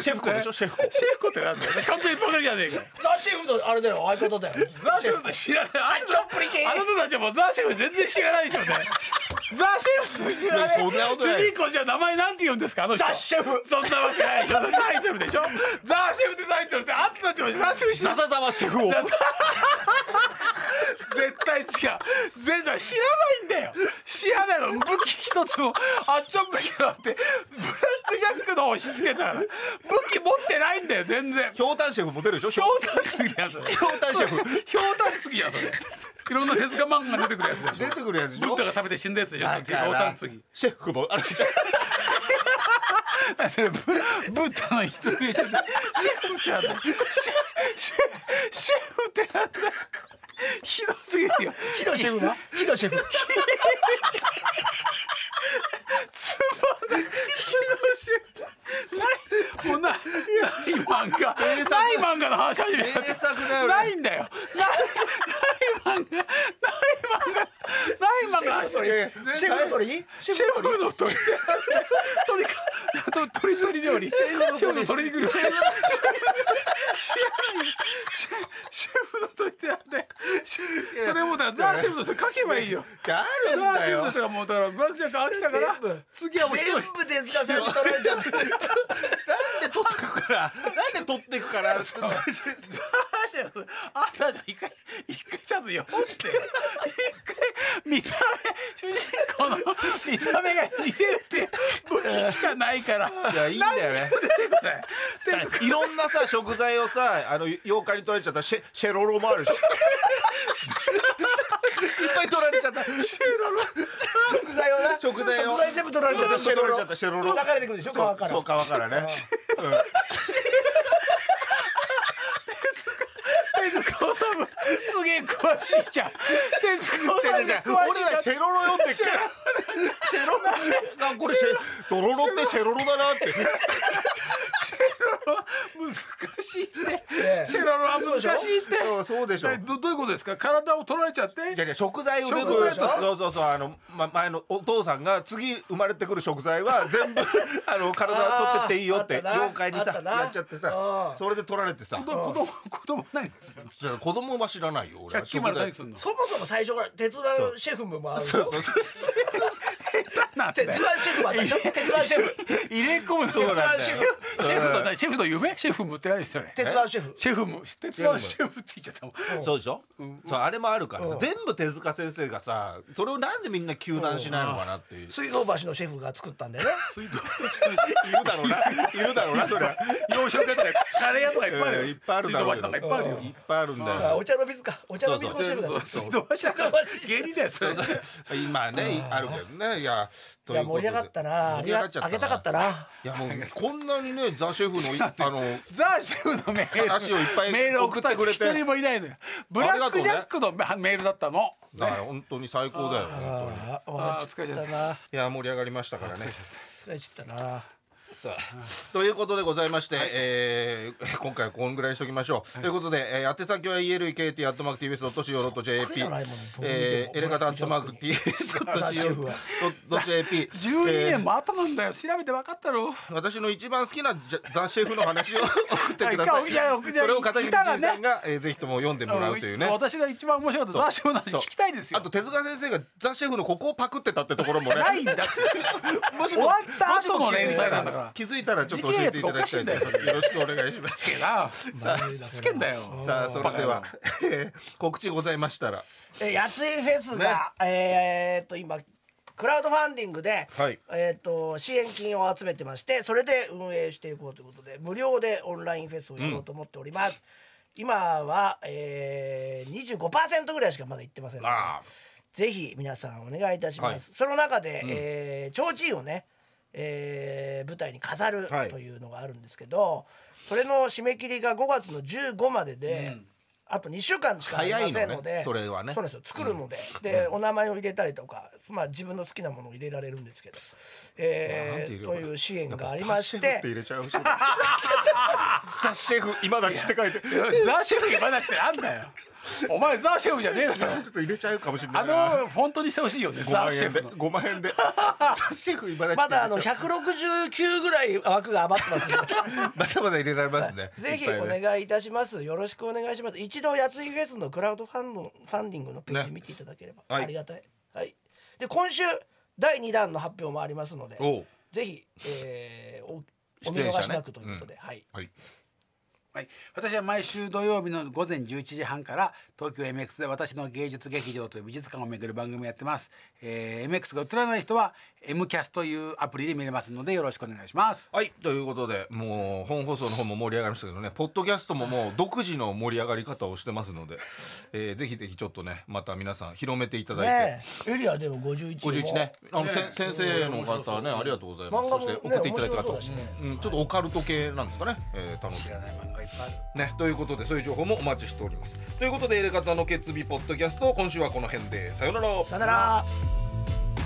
[SPEAKER 3] シェフコでしょシェフコ
[SPEAKER 4] ェフコってなんだよ完全にパクリじゃねえか
[SPEAKER 2] ザ・シェフのあれだよ相方だよ
[SPEAKER 4] ザ・シェフって知らないあな
[SPEAKER 2] ちょっぷり系
[SPEAKER 4] たあなたたちはもうザ・シェフ全然知らないでしょうねザ・シェフって知らない
[SPEAKER 3] いやそんなことない
[SPEAKER 4] 主人公じゃあ名前なんて言うんですかあの人
[SPEAKER 2] ザ・シェフ
[SPEAKER 4] そんなわけないでしょタイトルでしょザ・シェフってタイトルってあなたたちもザ・シェフ知ら
[SPEAKER 3] ザ
[SPEAKER 4] ない
[SPEAKER 3] ザザはシェフを
[SPEAKER 4] 絶対違う絶対知らないんだよ知らないの武器一つもあっちょん武器だってブラック・ジャックの方知ってたら武器持ってないんだよ全然
[SPEAKER 3] ひょうたんシェフも出るでしょひ
[SPEAKER 4] ひ
[SPEAKER 3] ょ
[SPEAKER 4] ょ
[SPEAKER 3] う
[SPEAKER 4] うたんすぎだよそれひょう
[SPEAKER 3] たんシェフ
[SPEAKER 4] たんすぎやそれいろんな手塚漫画に出てくるやつ
[SPEAKER 3] 出
[SPEAKER 4] や
[SPEAKER 3] てくるやつでし
[SPEAKER 4] ブ
[SPEAKER 3] ょ
[SPEAKER 4] ッダが食べて死んだやつじゃんひ
[SPEAKER 3] だから
[SPEAKER 4] ょうたんつぎ
[SPEAKER 3] シェフもあれシェフ
[SPEAKER 4] それブブッダの一人でシェフってなんだシェシェシェフってなんだひどすぎるよ
[SPEAKER 2] ヒロシェフがヒロシェフ
[SPEAKER 4] ないもうなない漫画ない漫画の話始めた
[SPEAKER 3] 名作だよね
[SPEAKER 4] ないんだよないない漫画ない漫画ない漫画の話
[SPEAKER 3] いやいや
[SPEAKER 2] シェフの鳥
[SPEAKER 4] シェフの鳥鳥か鳥鳥鳥料理料理シェフのシェフの鶏肉料理シェフのシェフの鶏ってあってそれもだザーシェフの人書けばいいよ
[SPEAKER 3] あ
[SPEAKER 4] ザ
[SPEAKER 3] るん
[SPEAKER 4] ーシ
[SPEAKER 3] だ
[SPEAKER 4] ェフ
[SPEAKER 3] よ
[SPEAKER 4] の人がもうだからブラックジャック飽きたから
[SPEAKER 2] 全部
[SPEAKER 4] 次はもう
[SPEAKER 2] 全部手塚さんに取られちゃった
[SPEAKER 3] なんで取ってくから なんで取ってくか
[SPEAKER 4] ザー
[SPEAKER 3] ら
[SPEAKER 4] シェフあんたじゃ一回一回ちゃんと読んで一回見た目主人公の見た目が似てるって武器しかないから
[SPEAKER 3] いやいいんだよね
[SPEAKER 4] で
[SPEAKER 3] いろんなさ食材をさあの妖怪に取られちゃったシェシェロロもあるしいっぱい取られちゃったシ
[SPEAKER 2] 食材をな
[SPEAKER 3] 食材を
[SPEAKER 2] 全部取られちゃった
[SPEAKER 3] ェロロ取られちゃったシェロロ
[SPEAKER 2] 流れてくるでしょ川から
[SPEAKER 3] そう皮からね、うん
[SPEAKER 4] 手塚治虫すげえ詳しいじ ゃん手塚治
[SPEAKER 3] 違う違
[SPEAKER 4] 虫
[SPEAKER 3] う違う
[SPEAKER 4] 詳しい
[SPEAKER 3] 俺らシェロロ読んでっから
[SPEAKER 4] シェロロ
[SPEAKER 3] あこれシェドロロってシェロロだなって
[SPEAKER 4] 難しいってシェロロは難しいって
[SPEAKER 3] うんそうでしょ
[SPEAKER 4] えどどういうことですか体を取られちゃって
[SPEAKER 3] いやいや食材を全部
[SPEAKER 4] 食材と
[SPEAKER 3] そうそうそうあの、ま、前のお父さんが次生まれてくる食材は全部あの体を取ってっていいよって
[SPEAKER 2] あーあったな
[SPEAKER 3] 妖怪にさ
[SPEAKER 2] あったな
[SPEAKER 3] やっちゃって
[SPEAKER 2] あ
[SPEAKER 3] さ
[SPEAKER 2] ー
[SPEAKER 3] それで取られてさ
[SPEAKER 4] 子供子供ないんですよ
[SPEAKER 3] それ子供は知らないよ俺は
[SPEAKER 4] 100均まで何
[SPEAKER 3] 食
[SPEAKER 4] すんの
[SPEAKER 2] そもそも最初から鉄腕シェフもある
[SPEAKER 3] 材そうそうそう
[SPEAKER 4] なん
[SPEAKER 2] 鉄
[SPEAKER 4] て
[SPEAKER 2] 腕シェフもあったでしょ鉄腕シェフ
[SPEAKER 4] 入れ込むそう
[SPEAKER 3] なんだよ
[SPEAKER 4] シェフシェフの何シェフの夢シェフもってないですよね
[SPEAKER 2] 鉄腕シェフ
[SPEAKER 4] シェフも手伝うシェフって言っちゃったもん
[SPEAKER 3] そうでしょ、そうあれもあるからさ全部手塚先生がさそれをなんでみんな糾弾しないのかなっていう
[SPEAKER 2] 水道橋のシェフが作ったんだよね
[SPEAKER 4] 水道
[SPEAKER 3] いるだろうないるだろうなそれは
[SPEAKER 4] 洋食屋とかカレー屋とかいっぱいあるよ
[SPEAKER 3] いっぱいある
[SPEAKER 4] 水
[SPEAKER 3] だ
[SPEAKER 4] 道
[SPEAKER 3] ろう
[SPEAKER 4] 橋とかいっぱい
[SPEAKER 3] けど
[SPEAKER 4] あるよ
[SPEAKER 3] いっぱいあるんだ
[SPEAKER 2] あ
[SPEAKER 3] よ
[SPEAKER 2] お茶の水かお茶の水のシェフが作った
[SPEAKER 4] 水道橋とか芸人だよそれ
[SPEAKER 3] 今ねあるけどねいやと
[SPEAKER 2] いうや
[SPEAKER 3] こ
[SPEAKER 2] 盛
[SPEAKER 3] とで
[SPEAKER 2] り上がったなあ
[SPEAKER 3] 盛
[SPEAKER 2] り
[SPEAKER 3] り上
[SPEAKER 2] が
[SPEAKER 3] がっちゃった
[SPEAKER 2] あげたかったない
[SPEAKER 3] やもうこんなにねザシェ フのい
[SPEAKER 4] ザ・シェフのメール
[SPEAKER 3] 話をいっぱい
[SPEAKER 4] メール送ってくれて
[SPEAKER 3] 送ってくれて
[SPEAKER 4] 一人もいないのよブラックジャックのメールだったの
[SPEAKER 3] あのだから本当に最高だよ本当に
[SPEAKER 2] ああ疲れちゃったない
[SPEAKER 3] や盛り上がりましたからね
[SPEAKER 2] 疲れちゃったな
[SPEAKER 3] さあということでございまして、えー今回はこんぐらいにしときましょう、ということで、えー、宛先は elkt.tbs.co.jp
[SPEAKER 2] そっくりじゃないもん
[SPEAKER 3] えーエレガタ .tbs.co.jp
[SPEAKER 4] 12年も後なんだよ調べて分かったろ
[SPEAKER 3] 私の一番好きなジャザ・シェフの話を送ってくだ
[SPEAKER 4] は
[SPEAKER 3] さ
[SPEAKER 4] い
[SPEAKER 3] い。
[SPEAKER 4] いやいや
[SPEAKER 3] それを片桐
[SPEAKER 4] いたら
[SPEAKER 3] 仁
[SPEAKER 4] ね
[SPEAKER 3] さんが、えーぜひとも読んでもらうというね。
[SPEAKER 4] 私が一番面白かったザ・シェフの話
[SPEAKER 3] そう
[SPEAKER 4] 聞きたいですよ
[SPEAKER 3] あと手塚先生がザ・シェフのここをパクってたってところもね。
[SPEAKER 4] ないんだって 終わった後の連載なんだから
[SPEAKER 3] 気づいたらちょっと教えていただきたいと思います。よろしくお願いします。
[SPEAKER 4] なあつけんだよ
[SPEAKER 3] さあそれでは、えー告知ございましたら、
[SPEAKER 2] えやついフェスが、えーっと今クラウドファンディングで、
[SPEAKER 3] はい
[SPEAKER 2] えーっと支援金を集めてましてそれで運営していこうということで無料でオンラインフェスをやろうと思っております、今は、えー、25%ぐらいしかまだ行ってませんので
[SPEAKER 3] あ
[SPEAKER 2] ぜひ皆さんお願いいたします、その中で、えー、提灯をね、えー舞台に飾る
[SPEAKER 3] はい
[SPEAKER 2] というのがあるんですけど、それの締め切りが5月の15までで、あと2週間しかありませんので
[SPEAKER 3] 早いのねそれはね
[SPEAKER 2] そうなんですよ作るので、でお名前を入れたりとか、まあ、自分の好きなものを入れられるんですけど、
[SPEAKER 3] なん
[SPEAKER 2] え
[SPEAKER 3] て入れ
[SPEAKER 2] ー、
[SPEAKER 3] よう
[SPEAKER 2] とい
[SPEAKER 3] か
[SPEAKER 2] う支援があり
[SPEAKER 3] ザ・
[SPEAKER 2] ま
[SPEAKER 3] シ
[SPEAKER 2] し
[SPEAKER 3] ェフって
[SPEAKER 2] て
[SPEAKER 3] 入れちゃう人。ザ・シェフ今だちって書いて、ちょ
[SPEAKER 4] ザ・シェフに話してあんだよお前ザ・シェフじゃねえだろ
[SPEAKER 3] っと入れちゃうかもしれな
[SPEAKER 4] あ
[SPEAKER 3] いな。
[SPEAKER 4] のフォントにしてほしいよね
[SPEAKER 3] 5
[SPEAKER 4] ザ・
[SPEAKER 3] 万
[SPEAKER 4] シェ
[SPEAKER 3] 円で
[SPEAKER 4] フの
[SPEAKER 3] 5万円でザ・シェフ今だちって入れちゃ
[SPEAKER 2] まだあ
[SPEAKER 3] う
[SPEAKER 2] の169ぐらい枠が余ってます ので。
[SPEAKER 3] まだまだ入れられますね。
[SPEAKER 2] ぜひ
[SPEAKER 3] いっぱ
[SPEAKER 2] お
[SPEAKER 3] いね
[SPEAKER 2] 願いいたします。よろしくお願いします。一度やついフェスのクラウドファンドファンディングのページ
[SPEAKER 3] ね
[SPEAKER 2] 見ていただければ、
[SPEAKER 3] はい
[SPEAKER 2] ありがたい。はい。で今週第二弾の発表もありますので
[SPEAKER 3] おう、
[SPEAKER 2] ぜひ、えー、おお
[SPEAKER 3] 出
[SPEAKER 2] 見
[SPEAKER 3] 演者ね
[SPEAKER 2] 逃しなくということで、はい。
[SPEAKER 3] はい。
[SPEAKER 4] はい、私は毎週土曜日の午前11時半から東京 MX で私の芸術劇場という美術館を巡る番組をやってます、えー MX が映らない人は M キャスというアプリで見れますのでよろしくお願いします
[SPEAKER 3] はいということでもう本放送の方も盛り上がりましたけどねポッドキャストももう独自の盛り上がり方をしてますので、 えー、ぜひぜひちょっとねまた皆さん広めていただいて。
[SPEAKER 2] ねえ、エリアでも51
[SPEAKER 3] 51ね。あの、
[SPEAKER 4] ね
[SPEAKER 3] せん先生の方ねありがとうございます。
[SPEAKER 2] 漫画
[SPEAKER 3] そ
[SPEAKER 2] も
[SPEAKER 3] して
[SPEAKER 2] ね
[SPEAKER 3] 送っていただいた
[SPEAKER 2] 面白そう
[SPEAKER 3] 方
[SPEAKER 2] だしね、
[SPEAKER 3] うん、ちょっとオカルト系なんですかね。えー、楽しみ
[SPEAKER 4] 知らない漫画いっぱいある
[SPEAKER 3] ねということでそういう情報もお待ちしております。ということでエレガタの決意ポッドキャスト今週はこの辺でさよなら。
[SPEAKER 2] さよなら。